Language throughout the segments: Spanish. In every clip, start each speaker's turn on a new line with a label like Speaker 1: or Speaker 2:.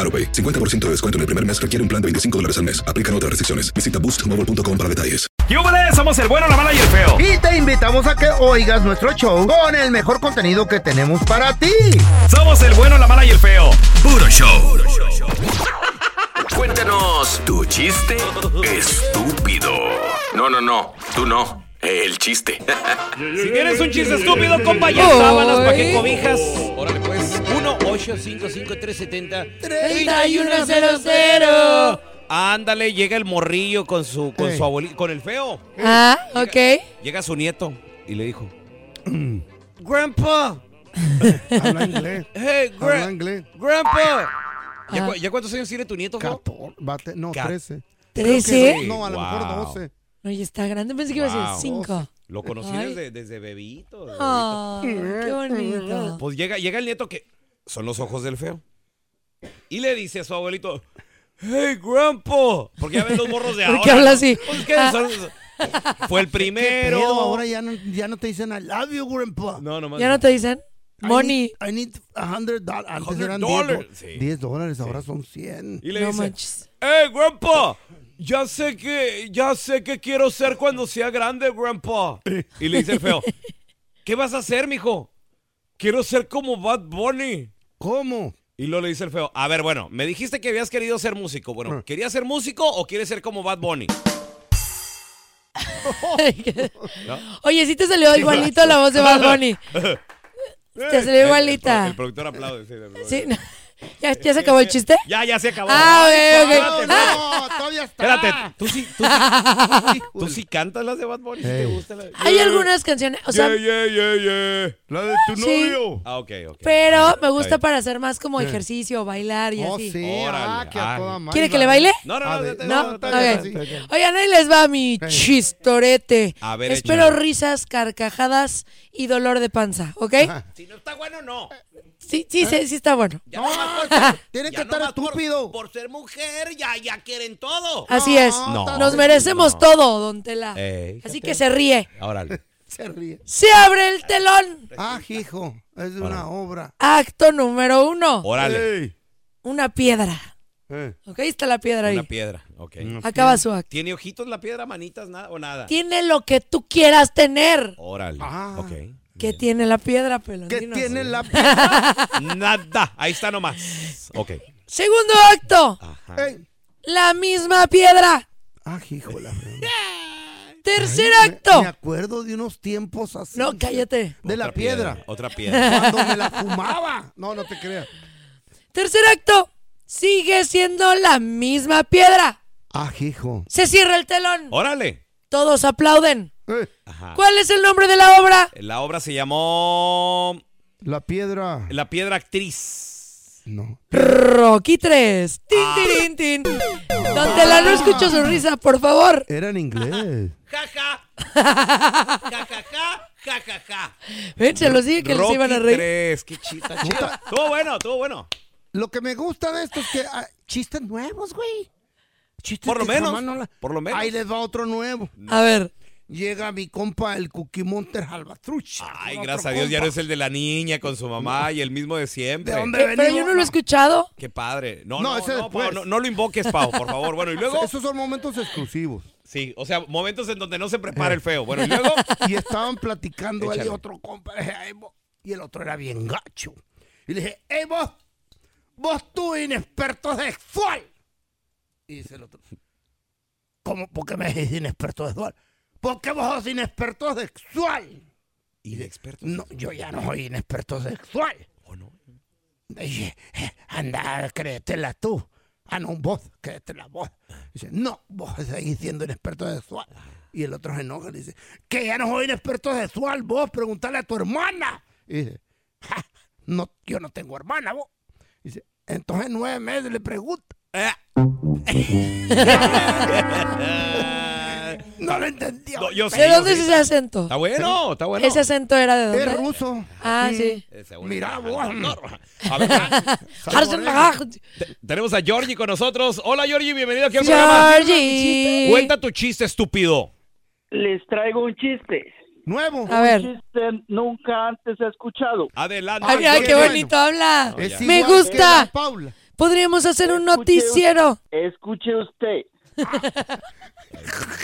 Speaker 1: AroPay. 50% de descuento en el primer mes requiere un plan de 25 dólares al mes. Aplican otras restricciones. Visita boostmobile.com para detalles.
Speaker 2: ¿Qué hubo de? Somos el bueno, la mala y el feo.
Speaker 3: Y te invitamos a que oigas nuestro show con el mejor contenido que tenemos para ti.
Speaker 2: Somos el bueno, la mala y el feo.
Speaker 4: Puro show. Cuéntanos tu chiste estúpido. No, no, no. Tú no. El chiste.
Speaker 2: Si tienes un chiste estúpido, compa, ya sábanas para que
Speaker 5: Ay.
Speaker 2: cobijas.
Speaker 6: Órale, pues. 1 8 5 5 3 70
Speaker 5: 3100.
Speaker 2: Ándale, llega el morrillo con su con
Speaker 3: Ey.
Speaker 2: su abuelito, con el feo.
Speaker 5: Ah, ok.
Speaker 2: Llega su nieto y le dijo, "Grandpa,
Speaker 7: Habla inglés.
Speaker 2: hey,
Speaker 7: Habla
Speaker 2: gran-
Speaker 7: inglés.
Speaker 2: grandpa." ¿Ya,
Speaker 5: Ah.
Speaker 2: cu- ya cuántos años tiene tu nieto? feo?
Speaker 7: 14, bate- no,
Speaker 2: Ca-
Speaker 7: 13. Creo que
Speaker 5: ¿13?
Speaker 7: no, No, a lo mejor
Speaker 2: Wow.
Speaker 7: 12.
Speaker 5: No, ya está grande. Pensé que iba a
Speaker 2: Wow.
Speaker 5: decir 5.
Speaker 2: Lo conocí
Speaker 5: Pues Ay.
Speaker 2: desde, desde bebito. desde bebito.
Speaker 5: Oh, qué bonito.
Speaker 2: Pues llega, llega el nieto que son los ojos del feo. Y le dice a su abuelito, hey, grandpa. Porque ya ven los morros de ahora.
Speaker 5: ¿Por qué habla así?
Speaker 2: Pues, ¿qué
Speaker 5: Ah.
Speaker 2: son? Fue el primero.
Speaker 7: Pero Ah. ahora ya no, ya no te dicen I love you, grandpa.
Speaker 2: No, nomás.
Speaker 5: ¿Ya no te dicen?
Speaker 7: I
Speaker 5: Money.
Speaker 7: need- I need a hundred dollars. Antes
Speaker 2: Hundred
Speaker 7: eran
Speaker 2: dollars,
Speaker 7: 10,
Speaker 2: sí.
Speaker 7: do- 10 dólares, ahora son 100.
Speaker 2: Y le
Speaker 5: No
Speaker 2: dice,
Speaker 5: manches.
Speaker 2: hey, grandpa, ya sé que, ya sé que quiero ser cuando sea grande, grandpa. Y le dice el feo, ¿qué vas a hacer, mijo? Quiero ser como Bad Bunny.
Speaker 7: ¿Cómo?
Speaker 2: Y luego le dice el feo, a ver, bueno, me dijiste que habías querido ser músico. Bueno, ¿querías ser músico o quieres ser como Bad Bunny?
Speaker 5: Oye, sí te salió igualito la voz de Bad Bunny. Te salió igualita.
Speaker 2: El, productor aplaude. sí, el productor.
Speaker 5: Sí, no. ¿Ya, ya se acabó el chiste?
Speaker 2: Ya, ya se acabó.
Speaker 5: Ah,
Speaker 2: Ay,
Speaker 5: ok, ok.
Speaker 2: espérate,
Speaker 5: Ah.
Speaker 7: No, todavía está.
Speaker 2: Espérate, tú sí, tú sí, tú sí cantas las de Bad Bunny, si te gustan las-
Speaker 5: Hay algunas canciones, o sea,
Speaker 2: Yeah, yeah, yeah, yeah.
Speaker 7: La de tu
Speaker 5: Sí.
Speaker 2: Ah, ok, ok.
Speaker 5: pero me
Speaker 2: Está
Speaker 5: gusta
Speaker 2: bien.
Speaker 5: para hacer más como ejercicio, bailar y
Speaker 7: Oh,
Speaker 5: así.
Speaker 7: sí.
Speaker 2: Órale,
Speaker 7: Ah, que
Speaker 2: ay.
Speaker 7: a toda madre. Ah,
Speaker 5: ¿Quiere que le baile?
Speaker 2: No, no,
Speaker 7: A
Speaker 2: no,
Speaker 7: ver,
Speaker 2: no,
Speaker 5: ¿No?
Speaker 2: no, no, no,
Speaker 5: Ah, Ok.
Speaker 2: no, no.
Speaker 5: Oigan, ahí les va mi chistorete.
Speaker 2: A ver,
Speaker 5: Espero
Speaker 2: échale.
Speaker 5: risas, carcajadas y dolor de panza, ¿ok?
Speaker 2: Si no está bueno, no.
Speaker 5: Sí, sí, sí, sí está bueno.
Speaker 2: Ya
Speaker 7: No,
Speaker 2: nomás
Speaker 7: pues, tiene
Speaker 2: Ya
Speaker 7: que estar
Speaker 2: nomás por-
Speaker 7: estúpido.
Speaker 2: Por, ser mujer, ya, ya quieren todo.
Speaker 5: Así es.
Speaker 2: No.
Speaker 5: Nos merecemos
Speaker 2: No.
Speaker 5: todo, don Tela.
Speaker 2: Ey,
Speaker 5: Así que se ríe.
Speaker 2: Órale.
Speaker 7: Se ríe.
Speaker 5: Se abre el telón.
Speaker 7: Ah, hijo, es de una obra.
Speaker 5: Acto número uno.
Speaker 2: Órale.
Speaker 7: Ey.
Speaker 5: Una piedra.
Speaker 7: Eh.
Speaker 5: ¿Ok? Está la piedra
Speaker 2: Una
Speaker 5: ahí.
Speaker 2: piedra. Ok.
Speaker 5: Acaba su acto.
Speaker 2: ¿Tiene ojitos la piedra, manitas, nada o nada? Oh,
Speaker 5: Tiene lo que tú quieras tener.
Speaker 2: Órale.
Speaker 7: Ah.
Speaker 2: Ok.
Speaker 5: ¿Qué tiene la piedra, pues? pelón?
Speaker 7: Que
Speaker 5: Dinos.
Speaker 7: tiene la...
Speaker 2: Nada. Ahí está nomás. Ok.
Speaker 5: Segundo acto.
Speaker 2: Ajá.
Speaker 7: Ey.
Speaker 5: La misma piedra.
Speaker 7: Ah, hijo, la...
Speaker 5: Tercer
Speaker 7: Me-
Speaker 5: acto.
Speaker 7: Me acuerdo de unos tiempos así.
Speaker 5: No, cállate.
Speaker 7: De la
Speaker 2: Otra
Speaker 7: piedra.
Speaker 2: Otra piedra.
Speaker 7: Cuando me la fumaba. No, no te creas.
Speaker 5: Tercer acto. Sigue siendo la misma piedra.
Speaker 7: Ah, hijo.
Speaker 5: Se cierra el telón.
Speaker 2: Órale.
Speaker 5: Todos aplauden.
Speaker 7: Eh,
Speaker 2: Ajá.
Speaker 5: ¿Cuál es el nombre de la obra?
Speaker 2: La obra se llamó
Speaker 7: la piedra.
Speaker 2: La piedra actriz. Ah.
Speaker 7: No.
Speaker 5: Rocky 3. Tin, tirin, tin. Don Tela, no escucho su risa, por favor.
Speaker 7: Era en inglés.
Speaker 2: Ja, ja. Ja, ja, ja. Ja, ja, ja.
Speaker 5: Ven, se los dije que les
Speaker 2: Rocky
Speaker 5: iban a reír.
Speaker 2: 3. Qué chita, chida. Estuvo bueno, estuvo bueno.
Speaker 7: Lo que me gusta de esto es que ah, chistes nuevos, güey. Chistes
Speaker 2: Por lo
Speaker 7: que
Speaker 2: menos,
Speaker 7: jamás la-
Speaker 2: por lo menos.
Speaker 7: Ahí les va otro nuevo.
Speaker 5: A ver.
Speaker 7: llega mi compa, el Cookie Monster Albatruch.
Speaker 2: Ay, gracias a Dios, ya no es el de la niña con su mamá y el mismo de siempre.
Speaker 7: ¿De dónde
Speaker 5: Pe- Eh, Pero yo no lo he escuchado.
Speaker 2: Qué padre. No,
Speaker 7: No,
Speaker 2: no,
Speaker 7: ese
Speaker 2: no,
Speaker 7: después.
Speaker 2: Pao, no, no lo invoques, Pau, por favor. Bueno, y luego.
Speaker 7: Esos son momentos exclusivos.
Speaker 2: Sí, o sea, momentos en donde no se prepara el feo. Bueno, y luego.
Speaker 7: Y estaban platicando él y
Speaker 2: Échale.
Speaker 7: otro compa. le dije, "Ay, vos", Y el otro era bien gacho. Y le dije, ¡Ey, vos! ¡Vos tú, inexperto sexual! Y dice el otro, ¿cómo? ¿Por qué me decís inexperto sexual? ¿Por qué vos sos inexperto sexual?
Speaker 2: Inexperto.
Speaker 7: No, yo ya no soy inexperto sexual. ¿O no? Dije, "Eh, anda, créetela tú. Ah, no, vos, créetela vos. Dice, no, vos seguís siendo inexperto sexual. Y el otro se enoja y le dice, que ya no soy inexperto sexual, vos, preguntale a tu hermana. Y dice, "Ja, no, yo no tengo hermana, vos. Y dice, entonces en nueve meses le Eh. pregunto. no lo entendía.
Speaker 2: No, yo sé,
Speaker 5: ¿De
Speaker 2: yo
Speaker 5: dónde es
Speaker 2: sé.
Speaker 5: ese acento?
Speaker 2: Está bueno, está bueno.
Speaker 5: Ese acento era de
Speaker 7: Es
Speaker 5: dónde.
Speaker 7: ruso.
Speaker 5: Ah, sí.
Speaker 2: Ese-
Speaker 7: Mira, vos.
Speaker 2: A ver, ah,
Speaker 5: Harsenbach.
Speaker 2: te- tenemos a Georgie con nosotros. Hola, Georgie, bienvenido aquí al programa.
Speaker 5: Georgie.
Speaker 2: Cuenta tu chiste, estúpido.
Speaker 8: Les traigo un chiste.
Speaker 7: Nuevo.
Speaker 5: A ver.
Speaker 8: Chiste nunca antes he escuchado.
Speaker 2: Adelante.
Speaker 5: Ay, mira,
Speaker 7: qué
Speaker 5: qué
Speaker 7: bueno.
Speaker 5: bonito habla.
Speaker 7: Es
Speaker 2: ya.
Speaker 5: Me
Speaker 7: igual que
Speaker 5: gusta.
Speaker 7: la Paula.
Speaker 5: Podríamos hacer un
Speaker 8: Escuche-
Speaker 5: noticiero.
Speaker 8: Escuche usted.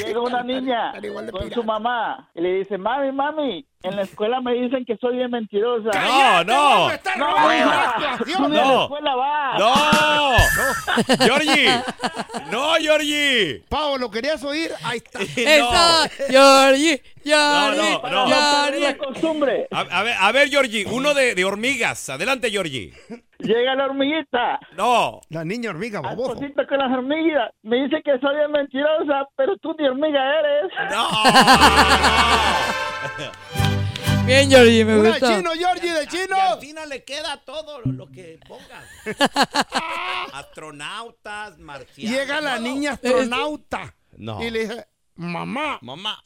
Speaker 8: Llega una niña con su mamá y le dice, mami, mami, en la escuela me dicen que soy bien mentirosa.
Speaker 2: No, no.
Speaker 8: No, mamá, tú ni a la
Speaker 2: No.
Speaker 8: escuela vas.
Speaker 2: No. Georgie. No, Georgie.
Speaker 7: Pau, ¿lo querías oír? Ahí está.
Speaker 2: No.
Speaker 5: Eso. Georgie. Georgie.
Speaker 2: No, no, no.
Speaker 8: Para no perder la
Speaker 5: Georgie.
Speaker 8: costumbre.
Speaker 2: A, a ver, a ver, Georgie, uno de, de hormigas. Adelante, Georgie.
Speaker 8: Llega la hormiguita.
Speaker 2: No.
Speaker 7: La niña hormiga,
Speaker 8: Al
Speaker 7: baboso.
Speaker 8: cosito con las hormigas. Me dice que soy bien mentirosa, pero tú ni hormiga eres.
Speaker 2: No.
Speaker 5: Ah. Bien, Georgie, me
Speaker 7: Una
Speaker 5: gusta.
Speaker 7: chino, Georgie, de chino.
Speaker 6: Y al final le queda todo lo, lo que pongas. Astronautas, marcianos.
Speaker 7: Llega la
Speaker 6: todo.
Speaker 7: niña astronauta.
Speaker 2: No.
Speaker 7: Y le dice, mamá,
Speaker 6: Mamá.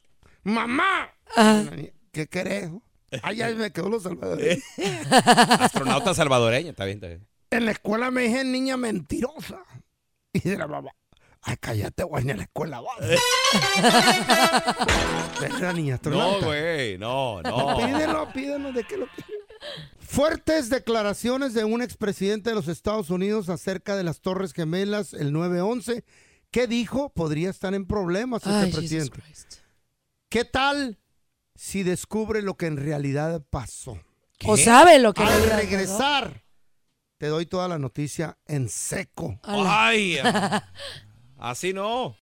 Speaker 7: mamá.
Speaker 5: Ajá.
Speaker 7: La niña, ¿Qué querés? Ay, ay, me quedó los salvadores.
Speaker 2: Astronauta salvadoreño, está bien, está bien.
Speaker 7: En la escuela me dije niña mentirosa. Y dice la mamá, ay, cállate, güey, ni a la escuela vas. Es la niña astronauta.
Speaker 2: No, güey,
Speaker 7: Oh,
Speaker 2: no, no.
Speaker 7: Pídelo, pídelo, ¿de qué lo piden? Fuertes declaraciones de un expresidente de los Estados Unidos acerca de las Torres Gemelas, el 911, que dijo podría estar en problemas
Speaker 5: Ay,
Speaker 7: este
Speaker 5: Jesus
Speaker 7: presidente.
Speaker 5: Christ.
Speaker 7: ¿Qué tal si descubre lo que en realidad pasó?
Speaker 5: O sabe lo que en
Speaker 7: Al
Speaker 5: realidad pasó.
Speaker 7: regresar, te doy toda la noticia en seco.
Speaker 5: Ala.
Speaker 2: Ay, así no.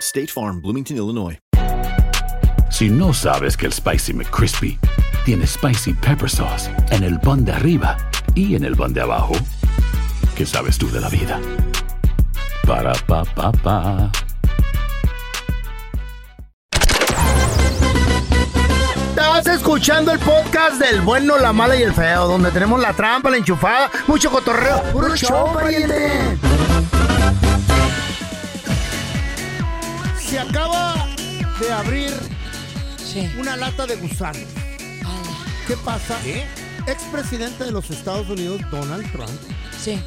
Speaker 9: State Farm, Bloomington, Illinois.
Speaker 10: Si no sabes que el Spicy McCrispy tiene Spicy Pepper Sauce en el pan de arriba y en el pan de abajo, ¿qué sabes tú de la vida? Para, pa, pa, pa.
Speaker 3: Estás escuchando el podcast del bueno, la mala y el feo, donde tenemos la trampa, la enchufada, mucho cotorreo. ¡Puro show, pariente!
Speaker 7: Se acaba de abrir
Speaker 5: Sí.
Speaker 7: una lata de gusano.
Speaker 5: Ala.
Speaker 7: ¿Qué pasa? Expresidente de los Estados Unidos, Donald Trump,
Speaker 5: Sí.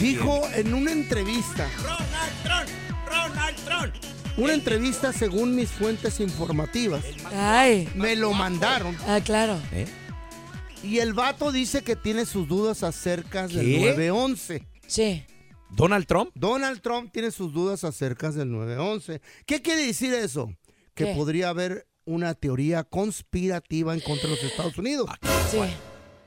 Speaker 7: dijo en una entrevista,
Speaker 6: Ronald Trump. Ronald Trump.
Speaker 7: una entrevista según mis fuentes informativas,
Speaker 5: Ay.
Speaker 7: me lo mandaron
Speaker 5: Ah, claro.
Speaker 2: ¿Eh?
Speaker 7: y el vato dice que tiene sus dudas acerca
Speaker 2: ¿Qué?
Speaker 7: del 911.
Speaker 5: Sí.
Speaker 2: ¿Donald Trump?
Speaker 7: Donald Trump tiene sus dudas acerca del 911. ¿Qué quiere decir eso? Que
Speaker 5: ¿Qué?
Speaker 7: podría haber una teoría conspirativa en contra de los Estados Unidos.
Speaker 2: Ah,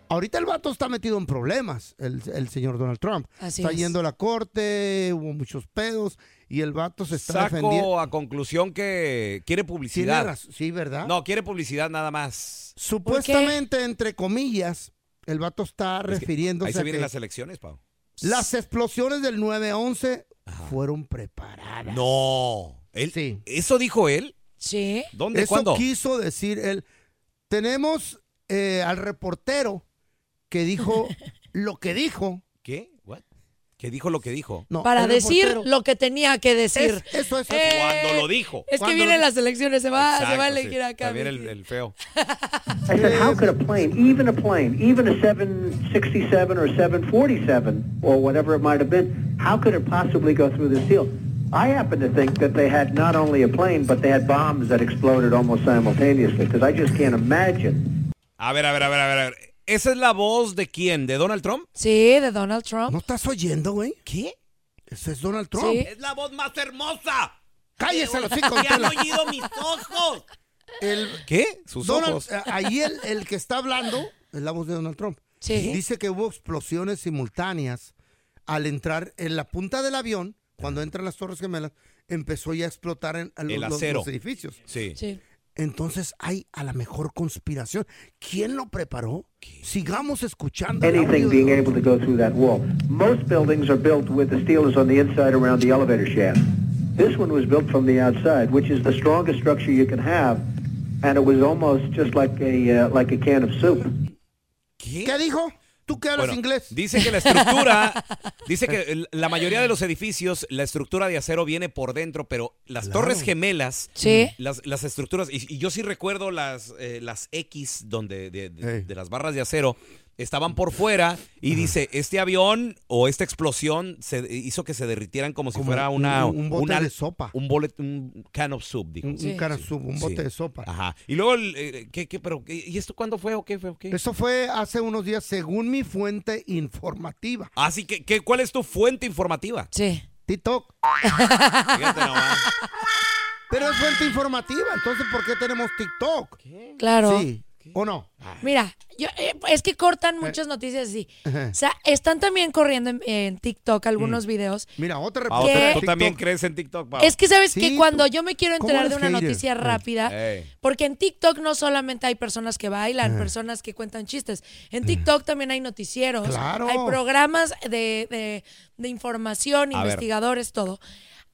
Speaker 7: Ahorita el vato está metido en problemas, el, el señor Donald Trump.
Speaker 5: Así
Speaker 7: está
Speaker 5: es.
Speaker 7: yendo a la corte, hubo muchos pedos y el vato se está defendiendo.
Speaker 2: Saco a conclusión que quiere publicidad.
Speaker 7: Tiene razón, sí, ¿verdad?
Speaker 2: No, quiere publicidad nada más.
Speaker 7: Supuestamente, entre comillas, el vato está refiriéndose
Speaker 2: Ahí se
Speaker 7: a
Speaker 2: vienen
Speaker 7: que
Speaker 2: las elecciones, Pau.
Speaker 7: las explosiones del 9-11 fueron preparadas.
Speaker 2: No. ¿Él? ¿Eso dijo él?
Speaker 5: Sí.
Speaker 2: ¿Dónde?
Speaker 7: Eso
Speaker 2: ¿Cuándo?
Speaker 7: quiso decir él. Tenemos eh, al reportero que dijo lo que dijo.
Speaker 2: ¿Qué? What? ¿Qué dijo lo que dijo?
Speaker 7: No,
Speaker 5: Para
Speaker 7: el
Speaker 5: decir
Speaker 7: reportero-
Speaker 5: lo que tenía que decir.
Speaker 7: Es- eso es.
Speaker 5: Eh,
Speaker 2: Cuando lo dijo.
Speaker 5: Es que
Speaker 2: Cuando-
Speaker 5: vienen las elecciones, se va, se
Speaker 2: Exacto,
Speaker 5: va a
Speaker 2: sí.
Speaker 5: elegir acá.
Speaker 2: También el, el feo.
Speaker 11: I said, how could a plane, even a plane, even a 767 or 747 or whatever it might have been, how could it possibly go through this deal? I happen to think that they had not only a plane, but they had bombs that exploded almost simultaneously because I just can't imagine.
Speaker 2: A ver, a ver, a ver, a ver, a ver. ¿Esa es la voz de quién? ¿De Donald Trump?
Speaker 5: Sí, de Donald Trump.
Speaker 7: ¿No estás oyendo, güey?
Speaker 2: ¿Qué?
Speaker 7: Ese es Donald Trump.
Speaker 2: Es la voz más hermosa. Eh,
Speaker 7: Cállese los hijos.
Speaker 2: ¡Que han oído mis ojos!
Speaker 7: El,
Speaker 2: ¿Qué? Sus
Speaker 7: Donald-
Speaker 2: ojos.
Speaker 7: eh, Ahí el, el que está hablando es la voz de Donald Trump.
Speaker 5: Sí.
Speaker 7: Dice que hubo explosiones simultáneas al entrar en la punta del avión, cuando entran las Torres Gemelas, empezó ya a explotar en, en los,
Speaker 2: El
Speaker 7: los-
Speaker 2: acero.
Speaker 7: los edificios.
Speaker 2: Sí.
Speaker 7: Entonces hay a la mejor conspiración. ¿Quién lo preparó? Sigamos escuchando. el audio de
Speaker 11: anything being
Speaker 7: Donald
Speaker 11: able to go through that wall. Most buildings are built with the steel is on the inside around the elevator shaft. This one was built from the outside, which is the strongest structure you can have, and it was almost just like a uh, like a can of soup.
Speaker 7: ¿Qué, dijo? ¿Tú qué hablas
Speaker 2: Bueno,
Speaker 7: inglés?
Speaker 2: Dice que la estructura, dice que el- la mayoría de los edificios, la estructura de acero viene por dentro, pero las torres gemelas,
Speaker 5: Sí.
Speaker 2: las, las estructuras, y, y yo sí recuerdo las, eh, las X donde de, de- de las barras de acero estaban por fuera y dice, este avión o esta explosión se hizo que se derritieran como si
Speaker 7: Como
Speaker 2: fuera
Speaker 7: un-
Speaker 2: una...
Speaker 7: un- un bote
Speaker 2: una-
Speaker 7: de sopa.
Speaker 2: Un, bolet- un can of soup, dijo.
Speaker 7: Un- un can of soup, un bote de sopa.
Speaker 2: Ajá. Y luego, el, eh, ¿qué, qué, pero, qué- ¿y esto cuándo fue o qué fue? o qué?
Speaker 7: Eso fue hace unos días, según mi fuente informativa.
Speaker 2: Así que, Ah, ¿qué- ¿cuál es tu fuente informativa?
Speaker 5: Sí.
Speaker 7: TikTok.
Speaker 2: Fíjate nomás.
Speaker 7: Pero es fuente informativa, entonces ¿por qué tenemos TikTok?
Speaker 5: Claro.
Speaker 7: Sí. ¿O no?
Speaker 2: Ah.
Speaker 5: Mira, yo, eh, es que cortan muchas noticias así.
Speaker 7: Ajá.
Speaker 5: O sea, están también corriendo en, en TikTok algunos
Speaker 7: Mm.
Speaker 5: videos.
Speaker 7: Mira, otra
Speaker 2: Ah,
Speaker 7: reportera.
Speaker 2: otra-
Speaker 7: de
Speaker 2: ¿Tú
Speaker 7: TikTok.
Speaker 2: también crees en TikTok, Pau?
Speaker 5: Es que sabes que
Speaker 7: Sí,
Speaker 5: cuando
Speaker 7: tú-
Speaker 5: yo me quiero
Speaker 7: ¿cómo
Speaker 5: enterar de
Speaker 7: eres
Speaker 5: una
Speaker 7: hater?
Speaker 5: noticia
Speaker 7: Eh.
Speaker 5: rápida,
Speaker 2: Ey.
Speaker 5: porque en TikTok no solamente hay personas que bailan,
Speaker 7: Eh.
Speaker 5: personas que cuentan chistes. En TikTok también hay noticieros,
Speaker 7: Mm. Claro.
Speaker 5: hay programas de, de- de información,
Speaker 12: A ver.
Speaker 5: investigadores, todo.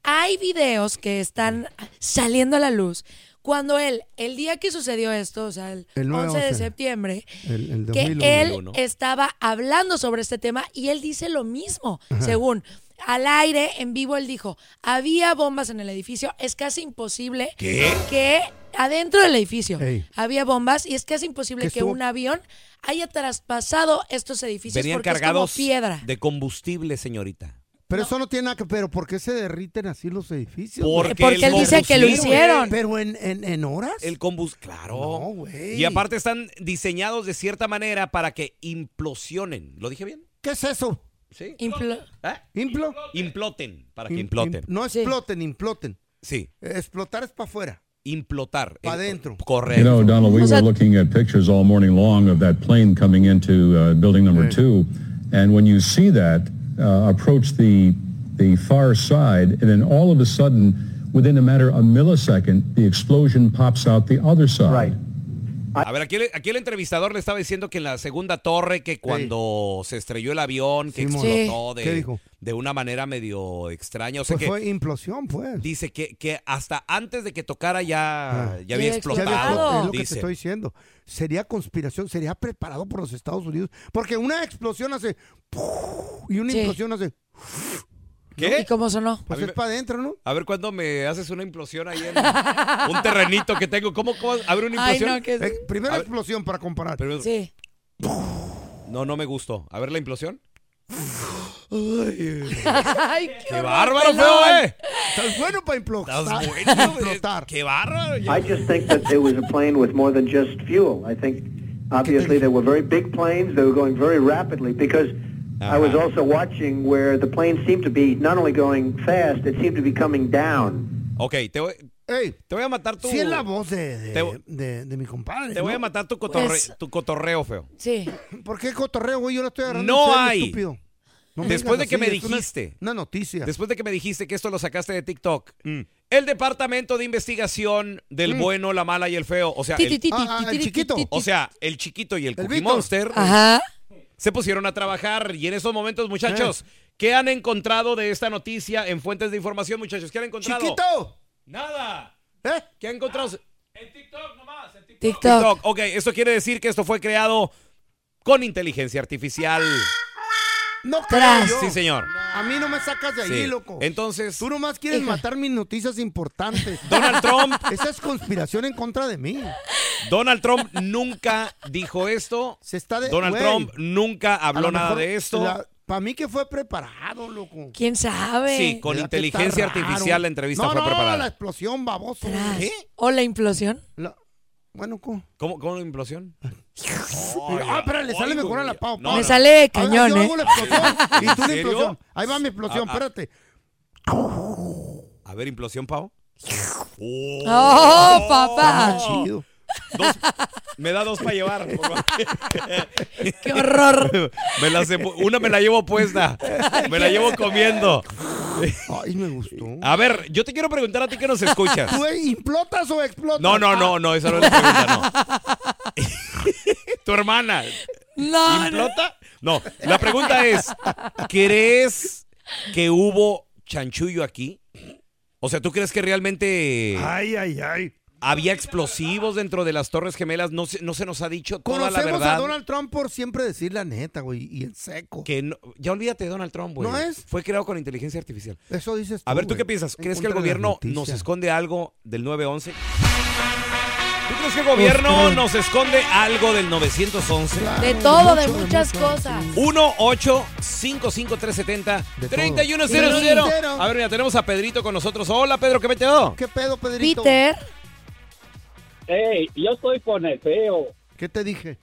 Speaker 5: Hay videos que están saliendo a la luz. Cuando él, el día que sucedió esto, o sea, el,
Speaker 7: El 9-11.
Speaker 5: 11 de septiembre,
Speaker 7: El, el
Speaker 5: que
Speaker 7: 2001.
Speaker 5: él estaba hablando sobre este tema y él dice lo mismo,
Speaker 7: Ajá.
Speaker 5: según al aire, en vivo, él dijo, había bombas en el edificio, es casi imposible
Speaker 12: ¿Qué?
Speaker 5: que adentro del edificio
Speaker 12: Ey.
Speaker 5: había bombas y es casi imposible
Speaker 2: ¿Qué
Speaker 5: que
Speaker 2: estuvo?
Speaker 5: un avión haya traspasado estos edificios
Speaker 2: Venían
Speaker 5: porque
Speaker 2: cargados
Speaker 5: es como piedra.
Speaker 2: de combustible, señorita.
Speaker 7: Pero eso no tiene nada que pero ¿por qué se derriten así los edificios?
Speaker 2: Porque Eh, Porque el él dice que lo
Speaker 7: Pero,
Speaker 2: hicieron.
Speaker 7: Pero en, en, en horas.
Speaker 2: El combustible, claro.
Speaker 7: güey.
Speaker 2: y aparte están diseñados de cierta manera para que implosionen. ¿Lo dije bien?
Speaker 7: ¿Qué es eso?
Speaker 2: Sí.
Speaker 5: Implo-
Speaker 2: ¿Ah?
Speaker 7: ¿Implo?
Speaker 2: Imploten, para que
Speaker 7: Im-
Speaker 2: imploten.
Speaker 7: im- no exploten, imploten.
Speaker 2: Sí.
Speaker 7: Eh, Explotar es para afuera.
Speaker 2: Implotar.
Speaker 7: Para adentro.
Speaker 13: You
Speaker 2: Correcto.
Speaker 13: know, Donald, we
Speaker 7: Was
Speaker 13: were
Speaker 7: that-
Speaker 13: looking at pictures all morning long of that plane coming into uh, building number two, and when you see that uh, approach the the far side, and then all of a sudden, within a matter of a millisecond, the explosion pops out the other side. Right.
Speaker 2: A ver, aquí, el- aquí el entrevistador le estaba diciendo que en la segunda torre, que cuando se estrelló el avión, que
Speaker 7: Simón.
Speaker 2: explotó
Speaker 7: Sí.
Speaker 2: de,
Speaker 7: ¿Qué dijo?
Speaker 2: de una manera medio extraña. O sea
Speaker 7: Pues
Speaker 2: que
Speaker 7: fue implosión, pues.
Speaker 2: dice que, que hasta antes de que tocara Ah, ya,
Speaker 7: Ah,
Speaker 2: ya había explotado.
Speaker 7: Es lo que te
Speaker 2: dice.
Speaker 7: estoy diciendo. Sería conspiración, sería preparado por los Estados Unidos. Porque una explosión hace. Y una implosión hace.
Speaker 2: ¿Qué?
Speaker 5: ¿Y cómo sonó?
Speaker 7: Pues es para adentro, ¿no?
Speaker 2: A ver cuándo me haces una implosión ahí en un terrenito que tengo. ¿Cómo, cómo? A ver, una
Speaker 7: Ay,
Speaker 2: implosión.
Speaker 7: no, que- Eh, primera
Speaker 2: A ver,
Speaker 7: explosión para comparar.
Speaker 5: Sí.
Speaker 2: No, no me gustó. A ver la implosión.
Speaker 7: eh.
Speaker 5: Ay, qué,
Speaker 2: ¡Qué
Speaker 5: horror,
Speaker 2: bárbaro,
Speaker 5: pelón.
Speaker 2: feo, eh!
Speaker 7: Estás bueno para implotar.
Speaker 2: Estás bueno, güey. ¡Qué bárbaro!
Speaker 11: I just think that it was a plane with more than just fuel. I think obviously they were very big planes. They were going very rapidly because I was
Speaker 2: Uh-huh.
Speaker 11: also watching where the plane seemed to be not only going fast, it seemed to be coming down.
Speaker 2: Ok, te voy- te voy a matar tu.
Speaker 7: Sí es la voz de, de-
Speaker 2: Te-
Speaker 7: de- de mi compadre.
Speaker 2: Te voy
Speaker 7: ¿no?
Speaker 2: a matar tu, cotorre-
Speaker 7: Pues-
Speaker 2: tu cotorreo feo.
Speaker 5: Sí.
Speaker 7: ¿Por qué cotorreo, güey? Yo la estoy agarrando. en
Speaker 2: No
Speaker 7: serio,
Speaker 2: hay.
Speaker 7: Estúpido. No me
Speaker 2: Después de
Speaker 7: digas
Speaker 2: que
Speaker 7: así,
Speaker 2: me
Speaker 7: es una-
Speaker 2: dijiste.
Speaker 7: Una, noticia.
Speaker 2: Después de que me dijiste que esto lo sacaste de TikTok. El departamento de investigación del
Speaker 7: Mm.
Speaker 2: bueno, la mala y el feo. O sea,
Speaker 7: Ti,
Speaker 2: el,
Speaker 7: ti, ti, ti, Ah, ah, ti, el ti, chiquito. ti, ti.
Speaker 2: O sea, el chiquito y el, Cookie
Speaker 7: Víctor.
Speaker 2: Monster.
Speaker 7: Ajá.
Speaker 2: Se pusieron a trabajar. Y en esos momentos, muchachos,
Speaker 7: Eh.
Speaker 2: ¿qué han encontrado de esta noticia en fuentes de información, muchachos? ¿Qué han encontrado?
Speaker 7: ¡Chiquito!
Speaker 2: ¡Nada!
Speaker 7: ¿Eh?
Speaker 2: ¿Qué han encontrado?
Speaker 7: Ah.
Speaker 5: TikTok.
Speaker 2: Ok, esto quiere decir que esto fue creado con inteligencia artificial.
Speaker 7: No creo.
Speaker 2: Tras.
Speaker 7: yo.
Speaker 2: Sí, señor.
Speaker 7: A mí no me sacas de ahí,
Speaker 2: Sí.
Speaker 7: loco.
Speaker 2: Entonces.
Speaker 7: Tú nomás quieres matar mis noticias importantes.
Speaker 2: Donald Trump.
Speaker 7: Esa es conspiración en contra de mí.
Speaker 2: Donald Trump nunca dijo esto.
Speaker 7: de-
Speaker 2: Donald
Speaker 7: güey.
Speaker 2: Trump nunca habló nada de esto.
Speaker 7: Para mí que fue preparado, loco.
Speaker 5: ¿Quién sabe?
Speaker 2: Sí, con
Speaker 7: ¿Verdad que está
Speaker 2: inteligencia
Speaker 7: raro?
Speaker 2: artificial la entrevista
Speaker 7: No,
Speaker 2: fue
Speaker 7: no,
Speaker 2: preparada.
Speaker 7: la explosión, baboso.
Speaker 5: ¿Qué? ¿O la implosión?
Speaker 7: Bueno, ¿cómo?
Speaker 2: ¿Cómo, cómo la implosión?
Speaker 7: ah, pero le sale
Speaker 2: Ay,
Speaker 7: mejor a la
Speaker 2: güey.
Speaker 7: Pau.
Speaker 2: No,
Speaker 7: Pau. Ah,
Speaker 5: Me sale
Speaker 7: A ver,
Speaker 5: cañón,
Speaker 7: yo
Speaker 5: ¿eh?
Speaker 7: hago la explosión y tú
Speaker 2: ¿En
Speaker 7: la
Speaker 2: serio?
Speaker 7: explosión. Ahí va mi explosión,
Speaker 2: Ah, ah.
Speaker 7: espérate.
Speaker 2: A ver, implosión, Pau. Oh,
Speaker 5: ¡Oh, papá!
Speaker 7: chido.
Speaker 2: Dos- me da dos para llevar. por favor.
Speaker 5: ¡Qué horror!
Speaker 2: Me las empu- una me la llevo puesta. Me la llevo comiendo.
Speaker 7: Ay, me gustó.
Speaker 2: A ver, yo te quiero preguntar a ti que nos escuchas.
Speaker 7: ¿Tú eh, implotas o explotas? Ah.
Speaker 2: No, no, no, no, esa no es la pregunta, no. tu hermana.
Speaker 5: No,
Speaker 2: ¿Implota? No, la pregunta es, ¿crees que hubo chanchullo aquí? O sea, ¿tú crees que realmente
Speaker 7: Ay, ay, ay.
Speaker 2: había explosivos dentro de las Torres Gemelas? No se, no se nos ha dicho toda la
Speaker 7: Conocemos a
Speaker 2: verdad.
Speaker 7: Donald Trump por siempre decir la neta, güey, y en seco.
Speaker 2: Que no- ya olvídate de Donald Trump, güey.
Speaker 7: ¿No es?
Speaker 2: Fue creado con inteligencia artificial.
Speaker 7: Eso dices tú,
Speaker 2: A ver, ¿tú
Speaker 7: güey.
Speaker 2: qué piensas?
Speaker 7: En
Speaker 2: ¿Crees que el
Speaker 7: contra de las
Speaker 2: gobierno nos
Speaker 7: noticias.
Speaker 2: esconde algo del 911? ¿Tú crees que el gobierno nos esconde algo del 911?
Speaker 5: De todo, de muchas cosas.
Speaker 2: 1 8 55 370 3100 A ver, mira, tenemos a Pedrito con nosotros. Hola, Pedro, ¿qué metido?
Speaker 7: ¿Qué pedo, Pedrito?
Speaker 5: Peter.
Speaker 3: Ey, yo estoy con el feo.
Speaker 7: ¿Qué te dije?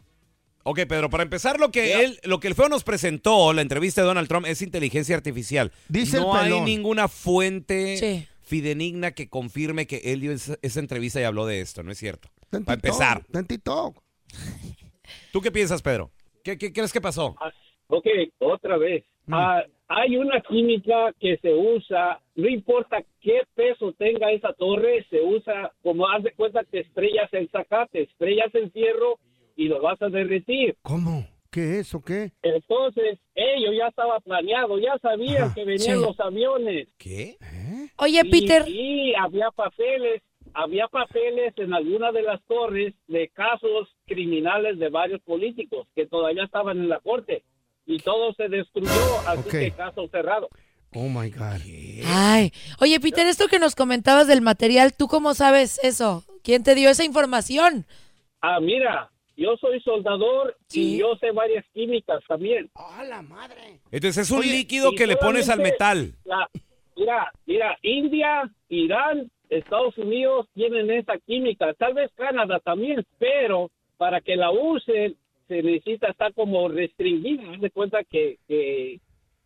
Speaker 2: Ok, Pedro, para empezar, lo que él, lo que el feo nos presentó, la entrevista de Donald Trump, es inteligencia artificial.
Speaker 7: Dice el
Speaker 2: no hay
Speaker 7: pelón.
Speaker 2: ninguna fuente
Speaker 7: Sí.
Speaker 2: fidenigna que confirme que él dio esa, esa entrevista y habló de esto, ¿no es cierto?
Speaker 7: Está en
Speaker 2: Para
Speaker 7: TikTok,
Speaker 2: empezar,
Speaker 7: Está en TikTok.
Speaker 2: ¿tú qué piensas, Pedro? ¿Qué, qué crees que pasó?
Speaker 3: Ah,
Speaker 2: Mm.
Speaker 3: Ok, otra vez. Ah, hay una química que se usa, no importa qué peso tenga esa torre, se usa como haz de cuenta que estrellas el zacate, estrellas el fierro y lo vas a derretir.
Speaker 7: ¿Cómo? ¿Qué es o qué?
Speaker 3: Entonces, ello ya estaba planeado, ya sabían que venían
Speaker 7: sí.
Speaker 3: los aviones.
Speaker 2: ¿Qué?
Speaker 5: Oye,
Speaker 3: Y-
Speaker 5: Peter.
Speaker 3: Y había papeles, había papeles en alguna de las torres de casos criminales de varios políticos que todavía estaban en la corte. Y todo se destruyó, así
Speaker 7: Ok.
Speaker 3: que caso cerrado.
Speaker 7: Oh my God.
Speaker 5: Ay. Oye, Peter, esto que nos comentabas del material, ¿tú cómo sabes eso? ¿Quién te dio esa información?
Speaker 3: Ah, mira, yo soy soldador y yo sé varias químicas también.
Speaker 2: Entonces es un
Speaker 3: Oye,
Speaker 2: líquido
Speaker 3: y
Speaker 2: que le pones al
Speaker 3: solamente
Speaker 2: metal.
Speaker 3: la- mira, mira, India, Irán, Estados Unidos tienen esa química, tal vez Canadá también, pero para que la usen se necesita estar como restringida, haz de cuenta que, que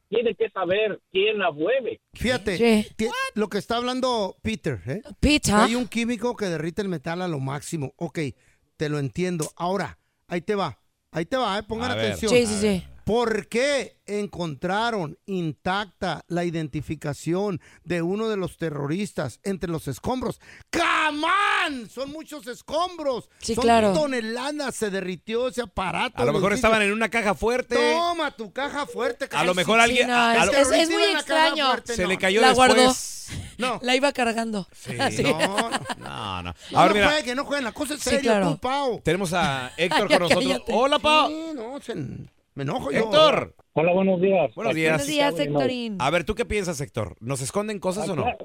Speaker 3: tiene que saber quién la mueve.
Speaker 7: Fíjate, ti- lo que está hablando Peter, ¿eh?
Speaker 5: Peter.
Speaker 7: Hay un químico que derrite el metal a lo máximo. Ok, te lo entiendo. Ahora, ahí te va. Ahí te va, ¿eh? pongan
Speaker 5: A ver.
Speaker 7: atención.
Speaker 5: Sí, sí, sí.
Speaker 7: ¿Por qué encontraron intacta la identificación de uno de los terroristas entre los escombros? ¡Camán! Son muchos escombros.
Speaker 5: Sí,
Speaker 7: Son
Speaker 5: claro.
Speaker 7: toneladas. Se derritió ese aparato.
Speaker 2: A lo mejor
Speaker 7: Luisito.
Speaker 2: estaban en una caja fuerte.
Speaker 7: Toma tu caja fuerte.
Speaker 2: A lo
Speaker 7: cabrón.
Speaker 2: mejor alguien-
Speaker 5: no,
Speaker 2: a- a
Speaker 5: es-
Speaker 2: lo-
Speaker 5: es- es
Speaker 7: Ahorita
Speaker 5: muy
Speaker 7: iba la caja
Speaker 5: extraño.
Speaker 7: fuerte,
Speaker 2: Se
Speaker 7: no.
Speaker 2: le cayó
Speaker 5: La guardó.
Speaker 2: después.
Speaker 5: La iba cargando. Así.
Speaker 2: No, no, no.
Speaker 7: No,
Speaker 2: A
Speaker 7: no
Speaker 2: ver, mira,
Speaker 7: jueguen, no jueguen. La cosa es
Speaker 5: Sí,
Speaker 7: seria,
Speaker 5: claro.
Speaker 7: tú, Pau.
Speaker 2: tenemos a Héctor
Speaker 7: Ya
Speaker 2: con nosotros.
Speaker 7: cállate.
Speaker 2: Hola, Pau.
Speaker 7: Sí, no, se- me enojo yo.
Speaker 2: Héctor.
Speaker 3: Hola, buenos días.
Speaker 2: Buenos días.
Speaker 5: Buenos días, Héctorín.
Speaker 2: A ver, ¿tú qué piensas, Héctor? ¿Nos esconden cosas o no?
Speaker 3: Ah,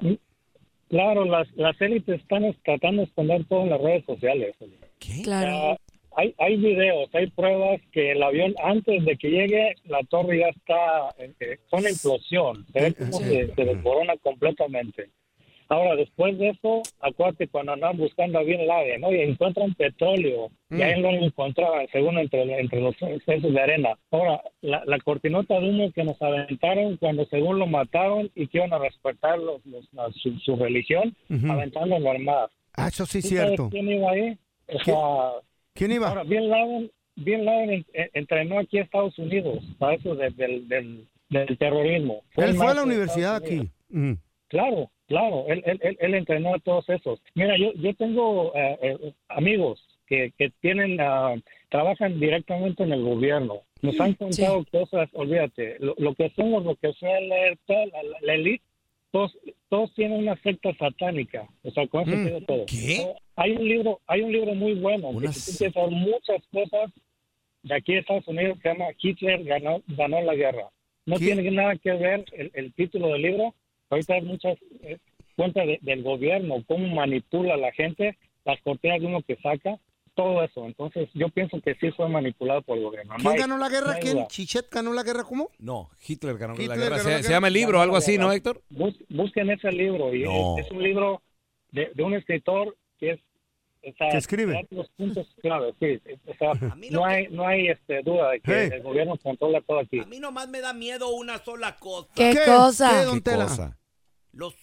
Speaker 3: Claro, las, las élites están es- tratando de esconder todo en las redes sociales. Ah,
Speaker 5: Claro.
Speaker 3: Hay, hay videos, hay pruebas que el avión antes de que llegue, la torre ya está eh, eh, con implosión. Se ve como
Speaker 7: Sí.
Speaker 3: se, se desmorona completamente.
Speaker 12: Ahora, después de eso, acuérdate, cuando andan buscando bien el ave, ¿no? Y encuentran petróleo.
Speaker 14: Mm.
Speaker 12: Y ahí no lo encontraban, según entre, entre los excesos de arena. Ahora, la, la cortinota de humo que nos aventaron cuando según lo mataron y que iban a respetar los, los- la- su, su religión,
Speaker 3: Ujú.
Speaker 12: aventándolo al mar.
Speaker 3: Ah, eso sí es
Speaker 12: ¿Tú sabes
Speaker 3: cierto.
Speaker 12: ¿Quién iba ahí? O sea,
Speaker 3: ¿Quién iba?
Speaker 12: Ahora, Bin Laden, Bin Laden en- en- entrenó aquí a Estados Unidos para eso de- del, del- del terrorismo.
Speaker 3: Él fue a la
Speaker 12: maestro de
Speaker 3: universidad
Speaker 12: Estados Unidos.
Speaker 3: aquí.
Speaker 2: Mm.
Speaker 3: Ujú.
Speaker 12: Claro, claro, él, él, él, él entrenó a todos esos. Mira, yo, yo tengo eh, eh, amigos que, que tienen, ah, trabajan directamente en el gobierno. Nos han contado cosas, olvídate, lo, lo que somos, lo que sea leer, toda la, la- la elite, todos, todos tienen una secta satánica. O sea, con eso
Speaker 14: Mm,
Speaker 12: te digo todo. Hay un libro, hay un libro muy bueno que te dice por muchas cosas de aquí de Estados Unidos se llama Hitler ganó, ganó la guerra. No tiene nada que ver el, el título del libro. Ahorita hay muchas eh, cuentas de- del gobierno, cómo manipula a la gente, las cortinas de uno que saca, todo eso. Entonces yo pienso que sí fue manipulado por el gobierno. No
Speaker 7: ¿Quién
Speaker 12: hay-
Speaker 7: ganó la
Speaker 12: no
Speaker 7: guerra?
Speaker 12: hay
Speaker 7: ¿Quién?
Speaker 12: duda.
Speaker 7: ¿Chichet ganó la guerra? ¿Cómo?
Speaker 2: No, Hitler ganó la
Speaker 7: Hitler
Speaker 2: guerra.
Speaker 7: ganó
Speaker 2: se,
Speaker 7: la
Speaker 2: se llama el libro, algo así, ¿no, Héctor?
Speaker 12: Bus- busquen ese libro. Y
Speaker 2: No.
Speaker 12: es, es un libro de, de un escritor que es... está-
Speaker 2: Que escribe.
Speaker 12: da Los puntos clave, sí. O sea, no hay, no hay este, duda de que
Speaker 2: Hey.
Speaker 12: el gobierno controla todo aquí.
Speaker 2: mí nomás me da miedo una sola cosa.
Speaker 5: ¿Qué ¿Qué? cosa? ¿Qué, don Tela?
Speaker 2: Los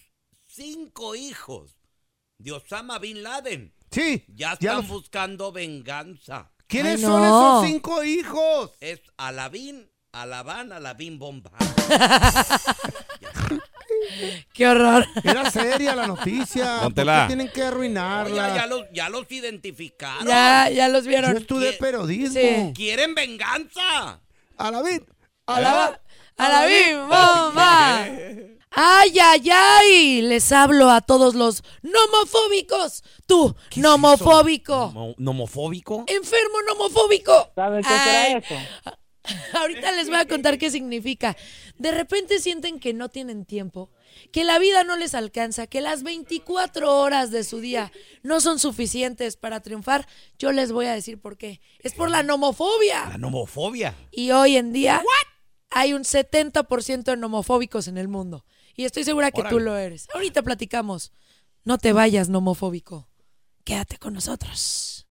Speaker 2: cinco hijos de Osama Bin Laden.
Speaker 7: Sí.
Speaker 2: Ya
Speaker 7: ya
Speaker 2: están
Speaker 7: los-
Speaker 2: buscando venganza.
Speaker 7: ¿Quiénes son esos cinco hijos?
Speaker 2: Es Alabín, Alabán, Alabín Bomba.
Speaker 5: Qué horror.
Speaker 7: Era seria la noticia. ¿Por
Speaker 2: Póntela.
Speaker 7: qué tienen que arruinarla?
Speaker 2: Ya, ya los, ya los identificaron.
Speaker 5: Ya, ya los vieron.
Speaker 7: Yo estudié periodismo.
Speaker 5: Sí.
Speaker 2: ¿Quieren venganza?
Speaker 7: Alabín.
Speaker 5: Alaba- Alabim, bomba. ¡Ay, ay, ay! Les hablo a todos los nomofóbicos. Tú, nomofóbico.
Speaker 2: ¿Nomofóbico?
Speaker 5: Enfermo nomofóbico.
Speaker 12: qué será
Speaker 5: Ay,
Speaker 12: eso?
Speaker 5: Ahorita les voy a contar qué significa. De repente sienten que no tienen tiempo, que la vida no les alcanza, que las 24 horas de su día no son suficientes para triunfar. Yo les voy a decir por qué. Es por la nomofobia.
Speaker 2: La nomofobia.
Speaker 5: Y hoy en día hay un 70% de nomofóbicos en el mundo. Y estoy segura que tú
Speaker 2: Órale.
Speaker 5: lo eres. Ahorita platicamos. No te vayas, nomofóbico. Quédate con nosotros.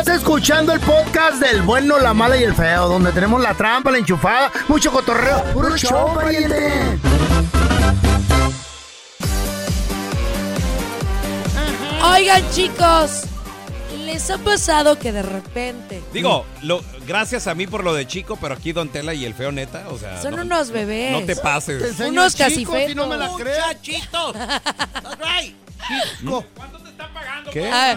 Speaker 3: Estás escuchando el podcast del bueno, la mala y el feo, donde tenemos la trampa, la enchufada, mucho cotorreo. ¡Puro show, pariente!
Speaker 5: Oigan, chicos, ¿les ha pasado que de repente
Speaker 2: Digo, lo, gracias a mí por lo de chico, pero aquí Don Tela y el feo neta, o sea.
Speaker 5: son
Speaker 2: no-
Speaker 5: unos bebés?
Speaker 2: No te pases.
Speaker 5: Te enseño Pues, Unos chicos, cacifetos. si no me la crees.
Speaker 2: ¡Muchachitos! ¿Qué?
Speaker 5: Ah,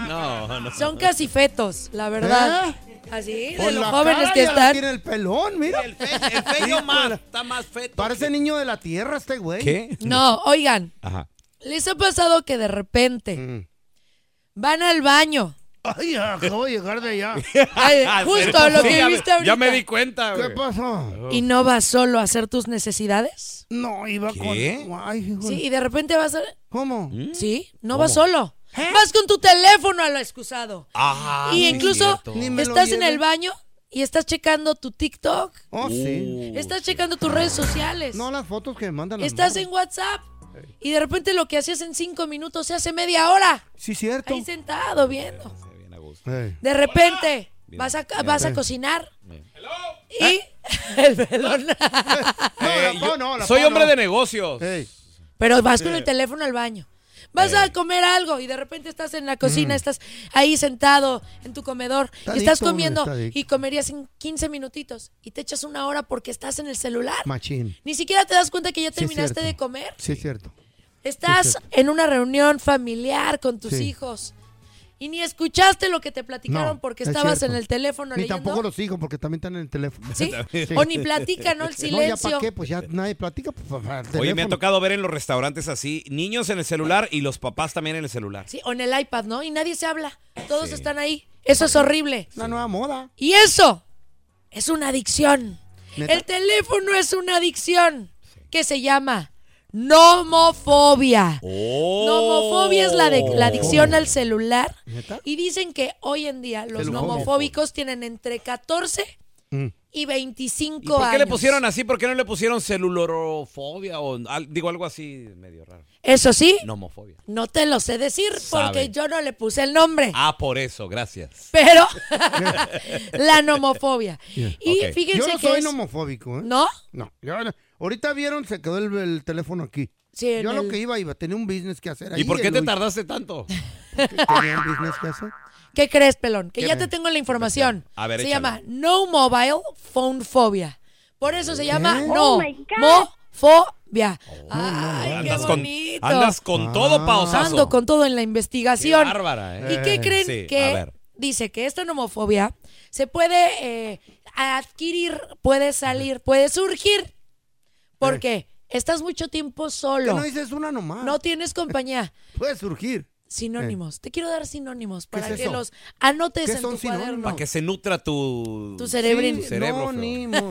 Speaker 2: No, no.
Speaker 5: Son casi fetos, la verdad. ¿Ah, Así, de
Speaker 7: Por
Speaker 5: los
Speaker 7: la
Speaker 5: jóvenes
Speaker 7: cara
Speaker 5: que
Speaker 7: ya le
Speaker 5: están.
Speaker 7: Tiene el pelón, mira.
Speaker 2: El, feo más, está más feto.
Speaker 7: Parece niño de la tierra este güey.
Speaker 2: ¿Qué?
Speaker 5: No, oigan,
Speaker 2: Ajá.
Speaker 5: ¿les ha pasado que de repente
Speaker 7: Mm.
Speaker 5: van al baño?
Speaker 7: Ay, acabo de llegar de allá.
Speaker 5: Ay,
Speaker 2: Ah,
Speaker 5: justo lo que viste ahorita.
Speaker 2: cuenta,
Speaker 7: ¿Qué pasó?
Speaker 5: ¿Y no vas solo a hacer tus necesidades?
Speaker 7: Oh. No, iba con. Ay, hijo
Speaker 5: Sí,
Speaker 7: de-
Speaker 5: y de repente vas a...
Speaker 7: ¿Cómo?
Speaker 5: ¿Mm? Sí, no vas solo. Vas con tu teléfono a lo excusado.
Speaker 2: ¿Eh? Ah,
Speaker 5: y
Speaker 2: sí,
Speaker 5: incluso
Speaker 2: cierto. Ni me lo
Speaker 5: estás en
Speaker 7: lleve.
Speaker 5: el baño y estás checando tu TikTok. Uh,
Speaker 7: Oh, sí.
Speaker 5: Estás checando tus redes sociales.
Speaker 7: No, las fotos que me mandan las
Speaker 5: Estás
Speaker 7: morras.
Speaker 5: en WhatsApp Y de repente lo que hacías en cinco minutos se hace media hora.
Speaker 7: Sí, cierto.
Speaker 5: Ahí sentado viendo. De repente vas a, ca- vas a
Speaker 7: Eh.
Speaker 5: cocinar. Y el pelón.
Speaker 2: Eh, yo soy hombre de negocios.
Speaker 5: Pero vas con el teléfono al baño. Vas a comer algo y de repente estás en la cocina,
Speaker 2: Mm.
Speaker 5: estás ahí sentado en tu comedor
Speaker 7: Está
Speaker 5: y estás
Speaker 7: adicto,
Speaker 5: comiendo
Speaker 7: está adicto.
Speaker 5: y comerías en 15 minutitos y te echas una hora porque estás en el celular.
Speaker 7: Machín.
Speaker 5: Ni siquiera te das cuenta que ya
Speaker 7: Sí, es
Speaker 5: terminaste
Speaker 7: cierto.
Speaker 5: de comer.
Speaker 7: Sí, es cierto.
Speaker 5: Estás en una reunión familiar con tus
Speaker 7: Sí.
Speaker 5: hijos y ni escuchaste lo que te platicaron
Speaker 7: No,
Speaker 5: porque
Speaker 7: es
Speaker 5: estabas
Speaker 7: cierto.
Speaker 5: en el teléfono
Speaker 7: Ni
Speaker 5: leyendo.
Speaker 7: tampoco los hijos, porque también están en el teléfono.
Speaker 5: Sí, o ni platican, ¿no? El
Speaker 7: ya
Speaker 5: silencio.
Speaker 7: para qué, pues ya nadie platica. Pues, para el
Speaker 2: Oye, me ha
Speaker 7: teléfono.
Speaker 2: tocado ver en los restaurantes así, niños en el celular y los papás también en el celular.
Speaker 5: Sí, o en el iPad, ¿no? Y nadie se habla. Todos
Speaker 2: Sí.
Speaker 5: están ahí. Eso es horrible.
Speaker 7: La nueva moda.
Speaker 5: Y eso es una adicción.
Speaker 7: ¿Neta?
Speaker 5: El teléfono es una adicción que se llama nomofobia.
Speaker 2: Oh.
Speaker 5: Nomofobia es la, de, la adicción al celular. Y dicen que hoy en día los
Speaker 2: Celufobia.
Speaker 5: nomofóbicos tienen entre 14 y 25
Speaker 2: Mm. ¿Y por qué
Speaker 5: años.
Speaker 2: le pusieron así? ¿Por qué no le pusieron celulorofobia o al- digo algo así medio raro?
Speaker 5: Eso sí,
Speaker 2: Nomofobia.
Speaker 5: no te lo sé decir porque
Speaker 2: Sabe.
Speaker 5: yo no le puse el nombre.
Speaker 2: Ah, por eso, gracias.
Speaker 5: Pero la nomofobia. Y
Speaker 7: Ok.
Speaker 5: fíjense
Speaker 7: Yo no
Speaker 5: que
Speaker 7: soy
Speaker 5: es-
Speaker 7: nomofóbico, ¿eh?
Speaker 5: ¿No?
Speaker 7: No. yo no. Ahorita vieron, se quedó el, el teléfono aquí.
Speaker 5: Sí, en
Speaker 7: yo lo
Speaker 5: el-
Speaker 7: que iba, iba, tenía un business que hacer.
Speaker 2: ¿Y
Speaker 7: ahí,
Speaker 2: por qué
Speaker 7: el
Speaker 2: te
Speaker 7: Luis.
Speaker 2: tardaste tanto?
Speaker 7: Tenía un business que hacer.
Speaker 5: ¿Qué crees, pelón? Que
Speaker 7: ¿Qué?
Speaker 5: ya te tengo la información.
Speaker 2: A ver,
Speaker 5: se
Speaker 2: échale.
Speaker 5: llama No Mobile Phone Phobia. Por eso se llama
Speaker 2: ¿Qué?
Speaker 5: No
Speaker 2: Oh
Speaker 5: Mofobia.
Speaker 2: my
Speaker 7: Oh,
Speaker 5: Ay, qué
Speaker 2: Andas con-
Speaker 5: bonito.
Speaker 2: andas con
Speaker 7: Ah.
Speaker 2: todo, pausazo.
Speaker 5: Ando con todo en la investigación.
Speaker 2: Qué bárbara, ¿eh?
Speaker 5: ¿Y qué
Speaker 2: Eh,
Speaker 5: creen
Speaker 2: sí, a
Speaker 5: que
Speaker 2: ver.
Speaker 5: dice que esta nomofobia se puede eh, adquirir, puede salir, puede surgir? Porque estás mucho tiempo solo.
Speaker 7: Eh. Que no dices una nomás.
Speaker 5: No tienes compañía.
Speaker 7: Puede surgir. Eh.
Speaker 5: Sinónimos. Te quiero dar sinónimos
Speaker 7: ¿Qué
Speaker 5: para
Speaker 7: es
Speaker 5: que
Speaker 7: eso?
Speaker 5: los anotes
Speaker 7: ¿Qué
Speaker 5: en
Speaker 7: son
Speaker 5: tu
Speaker 7: sinónimos?
Speaker 5: cuaderno.
Speaker 2: Para que se nutra tu,
Speaker 5: Tu cerebrín.
Speaker 2: tu cerebro, feo.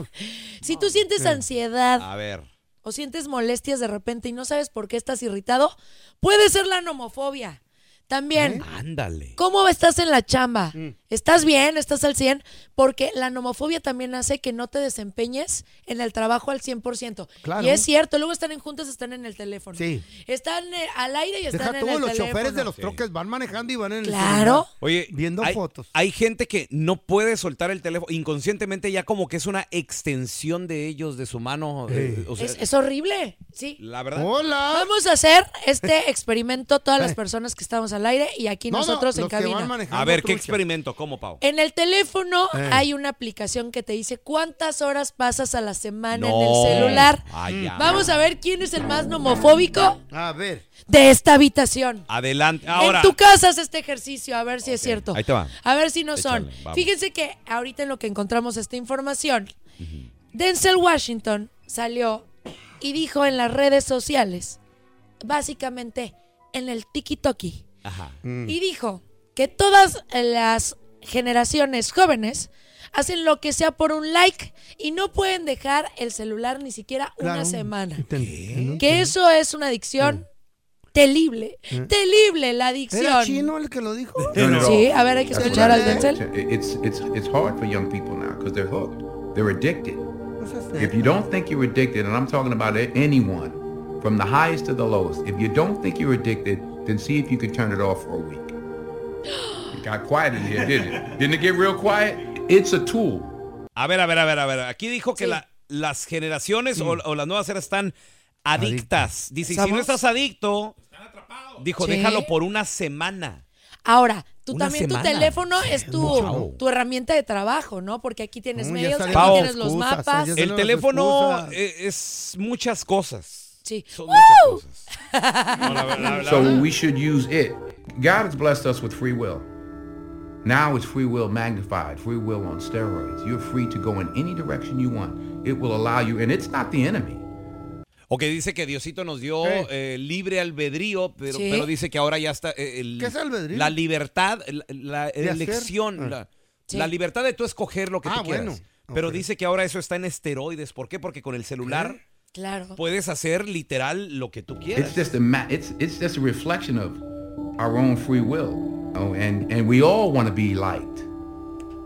Speaker 5: Si tú sientes ansiedad
Speaker 2: A ver.
Speaker 5: o sientes molestias de repente y no sabes por qué estás irritado, puede ser la nomofobia.
Speaker 7: ¿Eh?
Speaker 5: También,
Speaker 2: Ándale.
Speaker 5: ¿cómo estás en la chamba?
Speaker 2: Mm.
Speaker 5: ¿Estás bien? ¿Estás al 100? Porque la nomofobia también hace que no te desempeñes en el trabajo al 100%.
Speaker 7: Claro.
Speaker 5: Y es cierto, luego están en juntas, están en el teléfono.
Speaker 7: Sí.
Speaker 5: Están eh, al aire y están
Speaker 7: Deja
Speaker 5: en
Speaker 7: tú,
Speaker 5: el
Speaker 7: los
Speaker 5: teléfono.
Speaker 7: choferes de los troques van manejando y van en el
Speaker 5: Claro.
Speaker 2: Oye, viendo hay, fotos. Hay gente que no puede soltar el teléfono inconscientemente ya como que es una extensión de ellos, de su mano. eh, o sea,
Speaker 5: Es, es horrible, sí.
Speaker 2: La verdad. Eh.
Speaker 5: Vamos a hacer este experimento todas las personas que estamos al aire y aquí
Speaker 2: No, no,
Speaker 5: nosotros en
Speaker 2: los que van
Speaker 5: cabina.
Speaker 2: A ver, ¿qué experimento? ¿Cómo, Pau?
Speaker 5: En el teléfono
Speaker 2: Eh.
Speaker 5: hay una aplicación que te dice cuántas horas pasas a la semana en
Speaker 2: No.
Speaker 5: el celular.
Speaker 2: Ay, Ah, ya.
Speaker 5: Vamos a ver quién es el más nomofóbico
Speaker 7: A ver.
Speaker 5: de esta habitación.
Speaker 2: Adelante. Ahora.
Speaker 5: En tu casa haces este ejercicio, a ver si es cierto.
Speaker 2: Ahí te va.
Speaker 5: A ver si no son.
Speaker 2: Échale, vamos.
Speaker 5: Fíjense que ahorita en lo que encontramos esta información, Denzel Washington salió y dijo en las redes sociales, básicamente en el tiki-toki,
Speaker 2: Ajá.
Speaker 5: y dijo que todas las generaciones jóvenes hacen lo que sea por un like y no pueden dejar el celular ni siquiera una
Speaker 7: Claro.
Speaker 5: semana.
Speaker 7: ¿Qué?
Speaker 5: Que eso es una adicción terrible,
Speaker 7: Eh.
Speaker 5: terrible la adicción.
Speaker 7: ¿Era chino el que lo dijo?
Speaker 5: Sí, a ver, hay que
Speaker 14: That's
Speaker 5: escuchar
Speaker 14: what I
Speaker 5: al Denzel.
Speaker 14: said. It's, it's, it's hard for young people now because they're hooked. They're addicted. If you don't think you're addicted, and I'm talking about a- anyone, from the highest to the lowest, if you don't think you're addicted, then see if you can turn it off for a week. It got quiet in here, didn't it? Didn't it get real quiet? It's a tool.
Speaker 2: A ver, a ver, a ver, a ver. Aquí dijo que la- las generaciones o, o las nuevas eras están adictas. Dice, y si no
Speaker 5: ¿Estamos?
Speaker 2: estás adicto, dijo,
Speaker 5: Sí.
Speaker 2: déjalo por una semana.
Speaker 5: Ahora, tú
Speaker 2: Una
Speaker 5: también tu
Speaker 2: semana.
Speaker 5: teléfono es tu,
Speaker 2: mucho, ¿no?
Speaker 5: tu herramienta de trabajo, ¿no? Porque aquí tienes
Speaker 2: No, ya
Speaker 5: mails, aquí
Speaker 2: salieron las
Speaker 5: tienes los
Speaker 2: excusas,
Speaker 5: mapas.
Speaker 2: ya salieron El las teléfono excusas. es muchas cosas.
Speaker 5: Sí. ¡Woo!
Speaker 14: So we should use it. God has blessed us with free will. Now it's free will magnified, free will on steroids. You're free to go in any direction you want. It will allow you, and it's not the enemy.
Speaker 2: Ok, dice que Diosito nos dio eh, libre albedrío, pero,
Speaker 14: Sí.
Speaker 2: pero dice que ahora ya está... eh, el-
Speaker 7: ¿Qué es albedrío?
Speaker 2: La libertad, la, la
Speaker 7: ¿De hacer?
Speaker 2: elección,
Speaker 7: Ah.
Speaker 2: la,
Speaker 7: Sí.
Speaker 2: la libertad de tú escoger lo que
Speaker 7: Ah,
Speaker 2: tú quieras.
Speaker 7: bueno.
Speaker 2: Pero dice que ahora eso está en esteroides. ¿Por qué? Porque con el celular
Speaker 5: Claro.
Speaker 2: puedes hacer literal lo que tú
Speaker 14: It's
Speaker 2: quieras.
Speaker 7: Este
Speaker 14: just a ma- it's it's just a reflection of our own free will. Oh, and and we all want to be liked,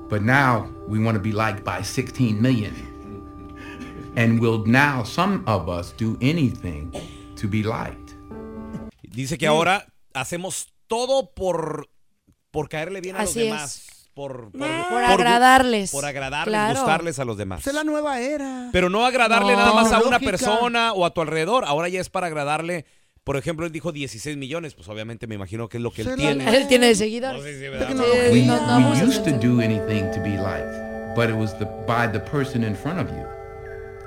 Speaker 14: but now we want to be liked by 16 million. And will now some of us do anything to be liked?
Speaker 2: Dice que ahora hacemos todo por, por caerle bien a
Speaker 5: Así
Speaker 2: los
Speaker 5: es.
Speaker 2: demás. Por, por,
Speaker 5: Por agradarles.
Speaker 2: Por agradarles,
Speaker 5: Claro.
Speaker 2: gustarles a los demás.
Speaker 7: Pues es la nueva era.
Speaker 2: Pero no agradarle
Speaker 7: No,
Speaker 2: nada más a una
Speaker 7: lógica.
Speaker 2: persona o a tu alrededor. Ahora ya es para agradarle. Por ejemplo, él dijo 16 millones. Pues obviamente me imagino que es lo que él tiene.
Speaker 5: Él tiene de seguidores.
Speaker 2: Tecnología.
Speaker 5: Sí,
Speaker 14: we,
Speaker 5: nos damos
Speaker 14: we
Speaker 5: a-
Speaker 14: used to do anything to be liked, but it was the, by the person in front of you.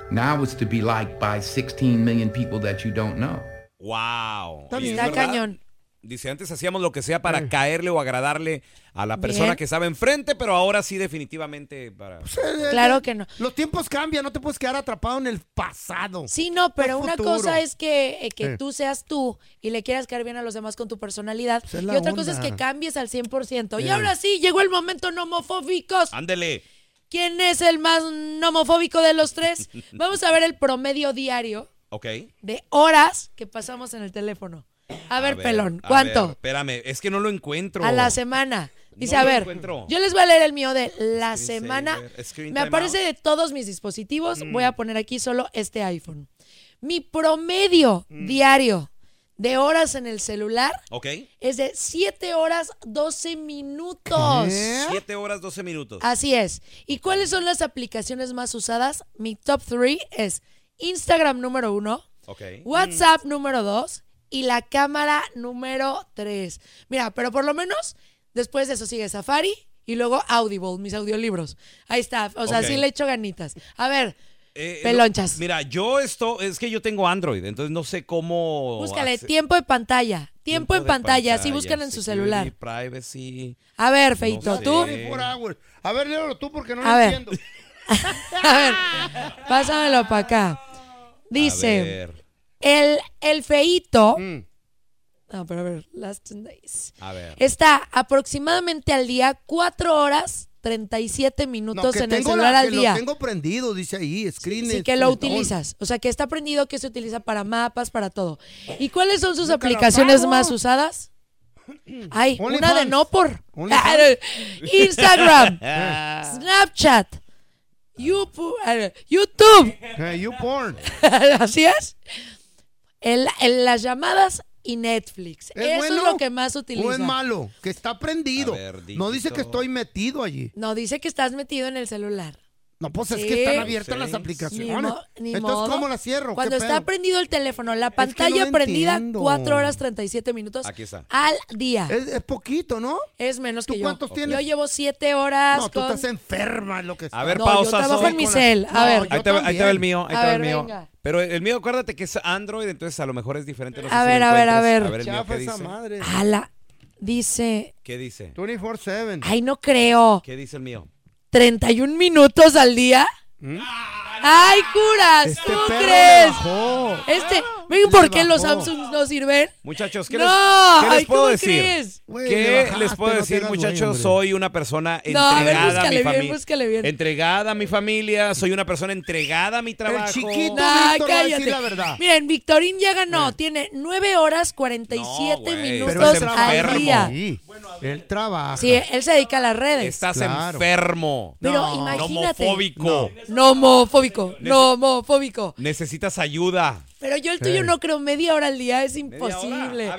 Speaker 14: Now it's to be liked by 16 million people that you don't know.
Speaker 2: Wow.
Speaker 5: Está
Speaker 2: Oye,
Speaker 5: bien.
Speaker 2: ¿es
Speaker 5: Está
Speaker 2: verdad?
Speaker 5: cañón.
Speaker 2: Dice, antes hacíamos lo que sea
Speaker 7: Eh.
Speaker 2: para caerle o agradarle a la persona
Speaker 5: Bien.
Speaker 2: que estaba enfrente, pero ahora sí definitivamente para...
Speaker 7: Pues
Speaker 5: Claro que no.
Speaker 7: Los tiempos cambian, no te puedes quedar atrapado en el pasado.
Speaker 5: Sí, no, pero
Speaker 7: Es
Speaker 5: una
Speaker 7: futuro.
Speaker 5: cosa es que, eh, que
Speaker 7: Eh.
Speaker 5: tú seas tú y le quieras caer bien a los demás con tu personalidad.
Speaker 7: Esa es
Speaker 5: y
Speaker 7: la
Speaker 5: otra cosa es
Speaker 7: onda.
Speaker 5: que cambies al 100%. Y
Speaker 7: Eh.
Speaker 5: ahora sí, llegó el momento nomofóbicos.
Speaker 2: Ándele.
Speaker 5: ¿Quién es el más nomofóbico de los tres? Vamos a ver el promedio diario
Speaker 2: Ok.
Speaker 5: de horas que pasamos en el teléfono. A ver, pelón,
Speaker 2: a
Speaker 5: ¿cuánto?
Speaker 2: ver, espérame, es que no lo encuentro.
Speaker 5: A la semana. Dice,
Speaker 2: No
Speaker 5: a
Speaker 2: lo
Speaker 5: ver,
Speaker 2: encuentro.
Speaker 5: yo les voy a leer el mío de la
Speaker 2: Screen
Speaker 5: semana.
Speaker 2: saver, screen
Speaker 5: Me
Speaker 2: time
Speaker 5: aparece
Speaker 2: out.
Speaker 5: de todos mis dispositivos.
Speaker 2: Mm.
Speaker 5: Voy a poner aquí solo este iPhone. Mi promedio
Speaker 2: Mm.
Speaker 5: diario de horas en el celular
Speaker 2: Ok.
Speaker 5: es de 7 horas 12 minutos.
Speaker 2: 7 horas 12 minutos.
Speaker 5: Así es. ¿Y cuáles son las aplicaciones más usadas? Mi top 3 es Instagram número 1,
Speaker 2: Ok. Mm.
Speaker 5: WhatsApp número 2 y la cámara número 3. Mira, pero por lo menos después de eso sigue Safari y luego Audible, mis audiolibros. Ahí está. O sea,
Speaker 2: Ok.
Speaker 5: sí le echo ganitas. A ver,
Speaker 2: Eh,
Speaker 5: pelonchas.
Speaker 2: no, mira, yo esto, es que yo tengo Android, entonces no sé cómo...
Speaker 5: búscale
Speaker 2: hace-
Speaker 5: tiempo de pantalla. Tiempo, en
Speaker 2: de
Speaker 5: pantalla, así buscan en su
Speaker 2: security,
Speaker 5: celular.
Speaker 2: Privacy.
Speaker 5: A ver, Feito,
Speaker 2: sé.
Speaker 5: tú.
Speaker 7: Ah, A ver, léelo tú porque no
Speaker 5: A
Speaker 7: lo
Speaker 5: ver.
Speaker 7: entiendo.
Speaker 5: A ver, pásamelo para acá. Dice.
Speaker 2: A ver,
Speaker 5: El, el feíto.
Speaker 7: Mm.
Speaker 5: No, pero a ver, last 10 days.
Speaker 2: a ver.
Speaker 5: Está aproximadamente al día 4 horas 37
Speaker 7: No,
Speaker 5: minutos
Speaker 7: que
Speaker 5: en el
Speaker 7: tengo
Speaker 5: celular
Speaker 7: la-
Speaker 5: al
Speaker 7: que
Speaker 5: día.
Speaker 7: Lo tengo prendido, dice ahí, screen.
Speaker 5: Sí, que lo utilizas. O sea, que está aprendido que se utiliza para mapas, para todo. ¿Y cuáles son sus
Speaker 7: Nunca la
Speaker 5: aplicaciones
Speaker 7: apago.
Speaker 5: más usadas? Ay, una de
Speaker 7: OnlyFans.
Speaker 5: no por.
Speaker 7: OnlyFans.
Speaker 5: Instagram,
Speaker 7: Ah.
Speaker 5: Snapchat, Youpu- ah, YouTube.
Speaker 7: YouPorn.
Speaker 5: Así es. El- el- las llamadas y Netflix. Eso es
Speaker 7: bueno
Speaker 5: lo que más utiliza.
Speaker 7: ¿O es malo? Que está prendido. no dice que estoy metido allí.
Speaker 5: No, dice que estás metido en el celular.
Speaker 7: No, pues es
Speaker 5: Sí.
Speaker 7: que están abiertas las
Speaker 5: Ni
Speaker 7: aplicaciones.
Speaker 5: mo- ni
Speaker 7: Entonces,
Speaker 5: modo.
Speaker 7: ¿cómo la cierro? ¿Qué
Speaker 5: Cuando
Speaker 7: pedo?
Speaker 5: está prendido el teléfono, la pantalla
Speaker 7: no
Speaker 5: prendida,
Speaker 7: entiendo.
Speaker 5: 4 horas 37 minutos
Speaker 2: Aquí está.
Speaker 5: al día.
Speaker 7: Es, es poquito, ¿no?
Speaker 5: Es menos
Speaker 7: ¿Tú
Speaker 5: que yo.
Speaker 7: cuántos tienes?
Speaker 5: Yo llevo 7 horas.
Speaker 7: No, tú
Speaker 5: con-
Speaker 7: estás enferma, lo que
Speaker 2: A ver,
Speaker 5: No, yo
Speaker 2: pausa.
Speaker 5: trabajo
Speaker 2: Zoe.
Speaker 5: en mi cel. A No, ver. yo
Speaker 2: ahí te, va- ahí te va el mío. Ahí te
Speaker 5: A
Speaker 2: va
Speaker 5: ver,
Speaker 2: el mío.
Speaker 5: venga.
Speaker 2: Pero el mío, acuérdate que es Android, entonces a lo mejor es diferente. No sé
Speaker 5: A
Speaker 2: si
Speaker 5: ver,
Speaker 2: lo
Speaker 5: a ver, a
Speaker 2: encuentres.
Speaker 5: ver.
Speaker 2: A ver, el mío,
Speaker 7: Chafa
Speaker 2: ¿qué
Speaker 7: esa
Speaker 2: dice?
Speaker 7: madre.
Speaker 5: Ala, dice.
Speaker 2: ¿Qué dice?
Speaker 7: 24-7.
Speaker 5: Ay, no creo.
Speaker 2: ¿Qué dice el mío?
Speaker 5: 31 minutos al día. ¡Ay, curas! ¿Tú
Speaker 7: ¿Mm? Este perro Ah,
Speaker 5: crees?
Speaker 7: le bajó.
Speaker 5: Este, ¿ven por qué los Samsung no sirven?
Speaker 2: Muchachos, ¿qué
Speaker 5: No,
Speaker 2: les, qué les
Speaker 5: ay,
Speaker 2: puedo
Speaker 5: ¿cómo
Speaker 2: decir?
Speaker 5: crees? Güey,
Speaker 2: ¿Qué
Speaker 5: le bajaste,
Speaker 2: les puedo
Speaker 5: no te
Speaker 2: decir,
Speaker 5: hagas güey,
Speaker 2: muchachos?
Speaker 5: hombre.
Speaker 2: soy una persona
Speaker 5: No, a ver,
Speaker 2: entregada a, mi
Speaker 5: búscale bien,
Speaker 2: familia.
Speaker 5: búscale bien.
Speaker 2: Entregada a mi familia, soy una persona entregada a mi trabajo.
Speaker 7: chiquito
Speaker 5: Nah,
Speaker 7: Víctor va a decir
Speaker 5: cállate.
Speaker 7: la verdad.
Speaker 5: Miren, Victorín ya ganó. Tiene 9 horas 47
Speaker 2: güey.
Speaker 7: Pero
Speaker 5: minutos
Speaker 7: él
Speaker 5: al
Speaker 7: trabaja.
Speaker 5: día.
Speaker 7: Sí, él trabaja.
Speaker 5: Sí, él se dedica a las redes.
Speaker 2: Estás
Speaker 7: Claro.
Speaker 2: enfermo.
Speaker 5: Pero imagínate.
Speaker 2: Nomofóbico.
Speaker 5: Nomofóbico. Nomofóbico.
Speaker 2: Necesitas ayuda.
Speaker 5: Pero yo el tuyo
Speaker 2: Sí.
Speaker 5: no creo media hora al día. Es
Speaker 2: hora?
Speaker 5: imposible.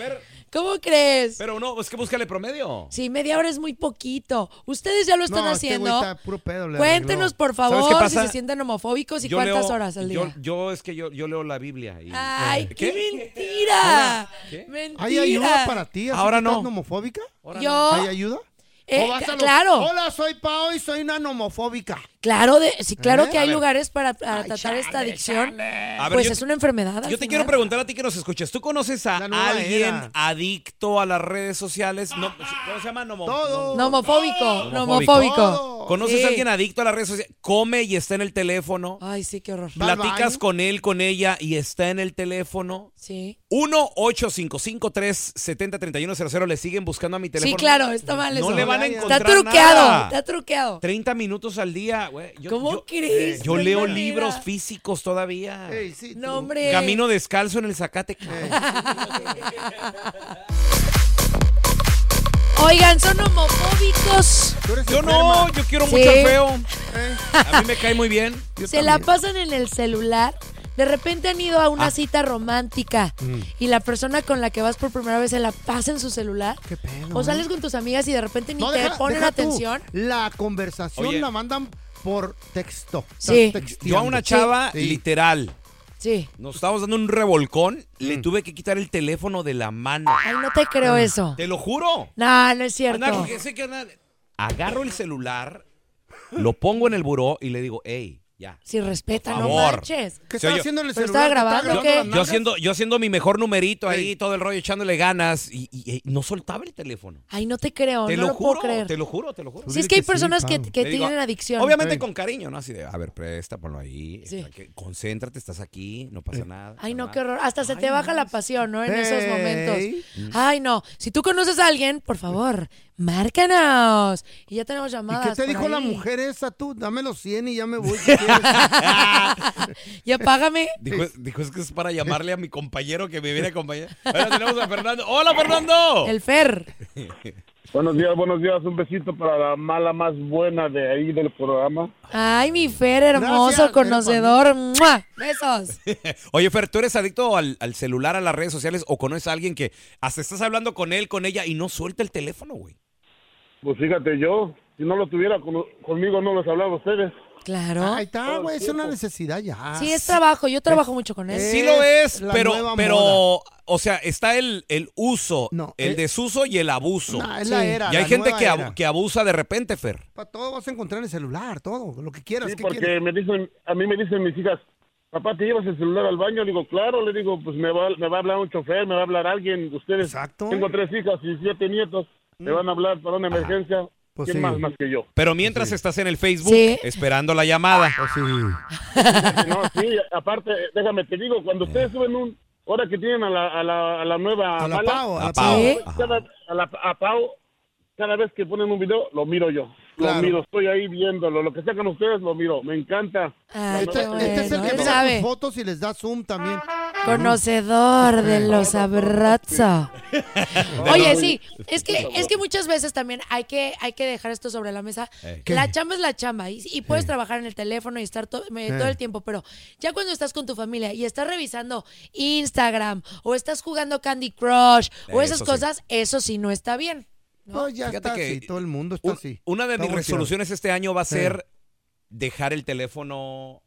Speaker 5: ¿Cómo crees?
Speaker 2: Pero no, es que búscale promedio.
Speaker 5: Sí, media hora es muy poquito. Ustedes ya lo están
Speaker 7: No, este güey
Speaker 5: haciendo.
Speaker 7: está puro pedo, le
Speaker 5: Cuéntenos,
Speaker 7: arregló.
Speaker 5: por
Speaker 2: ¿Sabes
Speaker 5: favor,
Speaker 2: qué
Speaker 5: si
Speaker 2: pasa?
Speaker 5: se sienten homofóbicos y
Speaker 2: Yo
Speaker 5: cuántas
Speaker 2: leo-
Speaker 5: horas al día.
Speaker 2: yo- Yo, es que yo, yo leo la Biblia. y-
Speaker 5: ¡Ay, qué,
Speaker 2: ¿Qué?
Speaker 5: mentira! ¡Mentira!
Speaker 7: ¿Hay ayuda para ti? así
Speaker 2: Ahora
Speaker 7: que
Speaker 2: no.
Speaker 7: ¿Estás nomofóbica?
Speaker 5: Ahora Yo- no.
Speaker 7: ¿Hay ayuda?
Speaker 5: Eh,
Speaker 7: ¿O vas
Speaker 5: ca-
Speaker 7: a los-
Speaker 5: claro.
Speaker 7: Hola, soy Pao y soy una nomofóbica.
Speaker 5: Claro, de, sí, claro
Speaker 7: ¿Eh?
Speaker 5: que
Speaker 7: A
Speaker 5: hay
Speaker 7: ver.
Speaker 5: lugares para, para tratar esta adicción.
Speaker 2: A ver,
Speaker 5: pues
Speaker 2: yo-
Speaker 5: es una enfermedad. al
Speaker 2: Yo te
Speaker 5: final.
Speaker 2: quiero preguntar a ti que nos escuchas. ¿Tú conoces a
Speaker 5: nueva
Speaker 2: alguien
Speaker 5: era.
Speaker 2: adicto a las redes sociales? No, pues, ¿Cómo se llama? Nomo-
Speaker 5: Todo.
Speaker 2: nom-
Speaker 5: Nomofóbico, nomofóbico.
Speaker 2: ¿Conoces
Speaker 5: Sí.
Speaker 2: a alguien adicto a las redes sociales? Come y está en el teléfono.
Speaker 5: Ay, sí, qué horror.
Speaker 2: Platicas con él, con ella y está en el teléfono.
Speaker 5: Sí.
Speaker 2: 1-855-370-3100. Le siguen buscando a mi teléfono.
Speaker 5: Sí, claro, está mal
Speaker 2: No
Speaker 5: eso.
Speaker 2: le van a encontrar
Speaker 5: Está truqueado,
Speaker 2: nada.
Speaker 5: está truqueado.
Speaker 2: 30 minutos al día, güey. Yo-
Speaker 5: ¿Cómo
Speaker 2: yo-
Speaker 5: crees?
Speaker 2: Yo
Speaker 5: No hay
Speaker 2: leo
Speaker 5: manera.
Speaker 2: libros físicos todavía.
Speaker 5: No, hombre.
Speaker 2: Camino descalzo en el Zacate.
Speaker 5: Oigan, son homofóbicos.
Speaker 2: Yo no, yo quiero mucho
Speaker 5: Sí. Eh.
Speaker 2: al feo. A mí me cae muy bien. Yo
Speaker 5: Se la
Speaker 2: también.
Speaker 5: pasan en el celular. De repente han ido a una
Speaker 7: Ah.
Speaker 5: cita romántica
Speaker 2: Mm.
Speaker 5: y la persona con la que vas por primera vez se la pasa en su celular. O
Speaker 2: eh?
Speaker 5: sales con tus amigas y de repente ni
Speaker 7: No,
Speaker 5: te
Speaker 7: deja-
Speaker 5: ponen
Speaker 7: deja tú.
Speaker 5: atención.
Speaker 7: La conversación
Speaker 2: Oye.
Speaker 7: la mandan por texto.
Speaker 5: Sí.
Speaker 7: Estás texteando.
Speaker 2: Yo a una chava,
Speaker 7: Sí.
Speaker 2: literal.
Speaker 5: Sí.
Speaker 2: Nos estábamos dando un revolcón. Le
Speaker 7: Mm.
Speaker 2: tuve que quitar el teléfono de la mano. Mm.
Speaker 5: Ay, no te creo eso.
Speaker 2: Te lo juro.
Speaker 5: No, no es cierto.
Speaker 2: Anda, porque sé que anda- Agarro el celular, lo pongo en el buró y le digo, hey, ya.
Speaker 5: Si respeta,
Speaker 2: Por
Speaker 5: no
Speaker 2: favor.
Speaker 5: marches.
Speaker 2: ¿Qué Se estaba oyó. haciendo
Speaker 7: en el
Speaker 5: ¿Pero
Speaker 7: celular? ¿Te
Speaker 5: ¿Estaba
Speaker 7: estaba
Speaker 5: grabando o
Speaker 2: Yo,
Speaker 5: qué?
Speaker 2: yo haciendo, yo haciendo mi mejor numerito ahí, todo el rollo, echándole ganas. Y, y- y no soltaba el teléfono.
Speaker 5: Ay, no te creo,
Speaker 2: te
Speaker 5: no
Speaker 2: lo,
Speaker 5: lo,
Speaker 2: juro,
Speaker 5: puedo creer.
Speaker 2: te lo juro, te lo juro.
Speaker 5: Sí, es que hay personas que, que
Speaker 2: Le digo,
Speaker 5: tienen adicción.
Speaker 2: Obviamente
Speaker 5: Sí.
Speaker 2: con cariño, ¿no? Así de, a ver, presta, ponlo ahí.
Speaker 5: Sí.
Speaker 2: está que- concéntrate, estás aquí, no pasa nada.
Speaker 5: Ay, no, qué horror. Hasta se te baja la pasión, ¿no? En esos
Speaker 2: Ey.
Speaker 5: momentos. Ay, no. Si tú conoces a alguien, por favor, márcanos. Y ya tenemos
Speaker 7: ¿Y
Speaker 5: llamadas.
Speaker 7: qué te
Speaker 5: por
Speaker 7: dijo la
Speaker 5: ahí.
Speaker 7: mujer esa tú? Dame los 100 y ya me voy.
Speaker 5: Ya págame.
Speaker 2: Dijo, dijo, es que es para llamarle a mi compañero que me viene a acompañar. Ahora tenemos a Fernando. ¡Hola, Fernando!
Speaker 5: El Fer.
Speaker 15: Buenos días, buenos días. Un besito para la mala más buena de ahí del programa.
Speaker 5: Ay, mi Fer, hermoso, conocedor. ¡Mua! Besos.
Speaker 2: Oye, Fer, ¿tú eres adicto al, al celular, a las redes sociales o conoces a alguien que hasta estás hablando con él, con ella y no suelta el teléfono, güey?
Speaker 15: Pues fíjate yo, si no lo tuviera con- conmigo no los hablaba a ustedes.
Speaker 5: Claro.
Speaker 7: Ahí está, Ah, güey. Es una necesidad ya.
Speaker 5: Sí, es trabajo. Yo trabajo mucho con él.
Speaker 2: Sí lo es,
Speaker 7: la
Speaker 2: pero,
Speaker 7: nueva
Speaker 2: pero, o sea, está el, el uso, el
Speaker 7: eh.
Speaker 2: desuso y el abuso.
Speaker 7: No, es la Sí. era,
Speaker 2: y hay
Speaker 7: la
Speaker 2: gente
Speaker 7: nueva
Speaker 2: que, abu-
Speaker 7: era.
Speaker 2: que abusa de repente, Fer.
Speaker 7: Para todo vas a encontrar en el celular, todo, lo que quieras.
Speaker 15: Sí,
Speaker 7: ¿qué
Speaker 15: porque
Speaker 7: quieres?
Speaker 15: me dicen, a mí me dicen mis hijas, papá, ¿te llevas el celular al baño? Le digo, claro, le digo, pues me va, me va a hablar un chofer, me va a hablar alguien. Ustedes, tengo tres hijas y siete nietos,
Speaker 7: Mm.
Speaker 15: me van a hablar para una emergencia.
Speaker 7: Pues
Speaker 15: ¿Quién
Speaker 2: sí.
Speaker 15: más más que yo?
Speaker 2: Pero mientras estás en el Facebook
Speaker 15: Sí.
Speaker 2: esperando la
Speaker 7: Ah,
Speaker 2: llamada.
Speaker 7: pues
Speaker 15: No, sí, aparte, déjame te digo, cuando ustedes suben un. Ahora que tienen a la, a la, a la nueva.
Speaker 2: A la
Speaker 15: bala,
Speaker 2: Pau, a la A Pau. Pau.
Speaker 15: cada- a la- a Pau, cada vez que ponen un video, lo miro yo.
Speaker 7: Claro.
Speaker 15: Lo miro, estoy ahí viéndolo. Lo que sacan ustedes, lo miro. Me encanta.
Speaker 7: Este, este es el que
Speaker 5: él
Speaker 7: toma
Speaker 5: sabe.
Speaker 7: tus fotos y les da zoom también.
Speaker 5: Conocedor de los abrazos. Oye,
Speaker 7: los-
Speaker 5: sí, es que, es que muchas veces también hay que, hay que dejar esto sobre la mesa.
Speaker 7: Ey.
Speaker 5: La chamba es la chamba y, y puedes trabajar en el teléfono y estar to- me-
Speaker 16: Ey.
Speaker 5: todo el tiempo, pero ya cuando estás con tu familia y estás revisando Instagram o estás jugando Candy Crush o
Speaker 2: Eh, eso
Speaker 5: esas
Speaker 2: sí.
Speaker 5: cosas, eso sí no está bien. ¿no?
Speaker 7: ya
Speaker 2: Fíjate
Speaker 7: está
Speaker 2: que
Speaker 7: así, todo el mundo está así.
Speaker 2: Una de
Speaker 7: Está
Speaker 2: mis
Speaker 7: volteado.
Speaker 2: resoluciones este año va a
Speaker 7: Sí.
Speaker 2: ser dejar el teléfono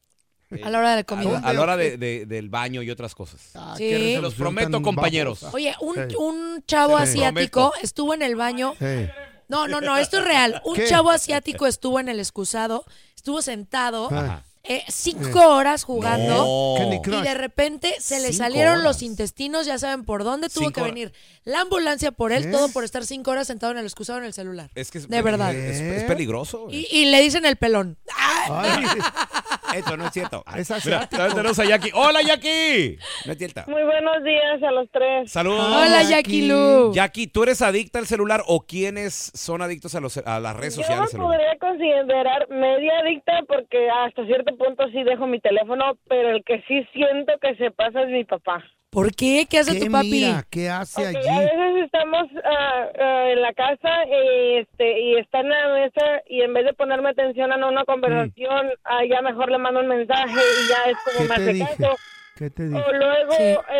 Speaker 2: eh,
Speaker 5: A la hora de la comida.
Speaker 2: a la- a la hora de- de- del baño y otras cosas.
Speaker 7: Ah,
Speaker 5: qué Sí.
Speaker 2: Se los
Speaker 5: resolución
Speaker 2: prometo,
Speaker 7: tan
Speaker 2: compañeros.
Speaker 5: Oye, un,
Speaker 2: Sí.
Speaker 5: un chavo
Speaker 2: Sí.
Speaker 5: asiático
Speaker 2: Prometo.
Speaker 5: estuvo en el baño
Speaker 7: Sí.
Speaker 5: No, no, no, esto es real. Un
Speaker 7: ¿Qué?
Speaker 5: chavo asiático estuvo en el excusado, estuvo sentado
Speaker 7: Ajá.
Speaker 5: eh, cinco
Speaker 7: Eh.
Speaker 5: horas jugando
Speaker 7: Ah. No. Candy Crush.
Speaker 5: y de repente se le
Speaker 7: Cinco
Speaker 5: salieron
Speaker 7: horas.
Speaker 5: los intestinos, ya saben por dónde tuvo
Speaker 2: Cinco
Speaker 5: que
Speaker 2: horas.
Speaker 5: venir la ambulancia por él,
Speaker 2: ¿Qué?
Speaker 5: todo por estar cinco horas sentado en el excusado en el celular.
Speaker 2: Es que es,
Speaker 5: de verdad.
Speaker 2: Es,
Speaker 7: ¿Eh?
Speaker 2: es peligroso.
Speaker 5: Y, y le dicen el pelón.
Speaker 2: Eso no Ah, es cierto.
Speaker 7: Es
Speaker 2: Mira,
Speaker 7: asiático.
Speaker 2: todavía tenemos a Jackie. ¡Hola, Jackie! No es cierto.
Speaker 17: Muy buenos días a los tres.
Speaker 2: Saludos.
Speaker 17: Hola, Jackie Lu.
Speaker 2: Jackie, ¿tú eres adicta al celular o quiénes son adictos a, los, a las redes
Speaker 17: Yo me
Speaker 2: sociales? celular?
Speaker 17: podría considerar media adicta porque hasta cierto punto sí dejo mi teléfono, pero el que sí siento que se pasa es mi papá.
Speaker 5: ¿Por qué? ¿Qué hace tu papi?
Speaker 7: mira? ¿Qué hace
Speaker 17: Que
Speaker 7: allí?
Speaker 17: A veces estamos ah, ah, en la casa y, este, y está en la mesa y en vez de ponerme atención a una conversación, ah, ya mejor le mando un mensaje y ya es
Speaker 7: Mm. ¿Qué
Speaker 17: como me
Speaker 7: te
Speaker 17: hace
Speaker 7: dije?
Speaker 17: caso.
Speaker 7: ¿Qué te digo?
Speaker 17: O luego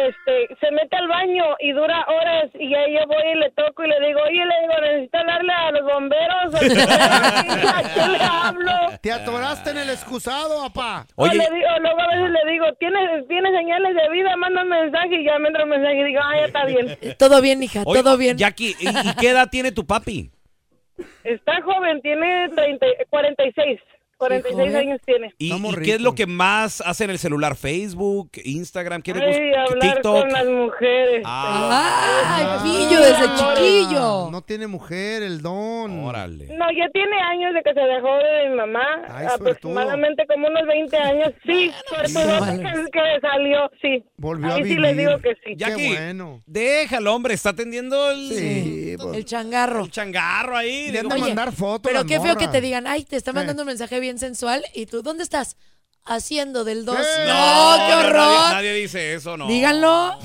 Speaker 17: este, se mete al baño y dura horas y ahí yo voy y le toco y le digo, oye, le digo, necesito hablarle a los bomberos. ¿A quién le- a quién le hablo?
Speaker 7: Te atoraste en el excusado, papá.
Speaker 17: O, le digo, luego a veces le digo, ¿tienes, tienes señales de vida, manda un mensaje y ya me entra un mensaje y digo, ah, ya está bien.
Speaker 5: Todo bien, hija,
Speaker 2: Oye,
Speaker 5: todo bien.
Speaker 2: Jackie, ¿y, y qué edad tiene tu papi?
Speaker 17: Está joven, tiene 30, 46. 46
Speaker 2: joven.
Speaker 17: años tiene.
Speaker 2: ¿Y, y qué es lo que más hace en el celular? ¿Facebook, Instagram? ¿Qué le gusta?
Speaker 17: Ay, hablar
Speaker 2: ¿TikTok?
Speaker 17: con las mujeres.
Speaker 5: Ah,
Speaker 17: pillo desde chiquillo.
Speaker 7: No tiene mujer el don.
Speaker 2: Órale.
Speaker 17: No, ya tiene años de que se dejó de mi mamá,
Speaker 7: Ay, suertudo.
Speaker 17: aproximadamente como unos 20 años. Sí, suertudo que, que salió, sí.
Speaker 2: Volvió
Speaker 17: Ahí
Speaker 2: a
Speaker 17: sí les
Speaker 2: vivir.
Speaker 17: digo que sí.
Speaker 2: Jackie, déjalo, hombre, está atendiendo el, pues.
Speaker 5: El changarro.
Speaker 2: El changarro ahí.
Speaker 5: Le han de
Speaker 2: digo.
Speaker 5: mandar
Speaker 7: fotos.
Speaker 5: Pero
Speaker 2: las
Speaker 5: qué feo que
Speaker 2: morras.
Speaker 5: te digan, ay, te está
Speaker 2: Eh.
Speaker 5: mandando un mensaje bien sensual y tú, ¿dónde estás? Haciendo del 2.
Speaker 2: No,
Speaker 5: No, qué
Speaker 2: nadie-
Speaker 5: horror.
Speaker 2: Nadie, dice eso, no.
Speaker 5: Díganlo.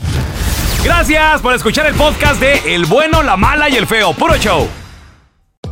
Speaker 2: Gracias por escuchar el podcast de El bueno, la mala y el feo. Puro show.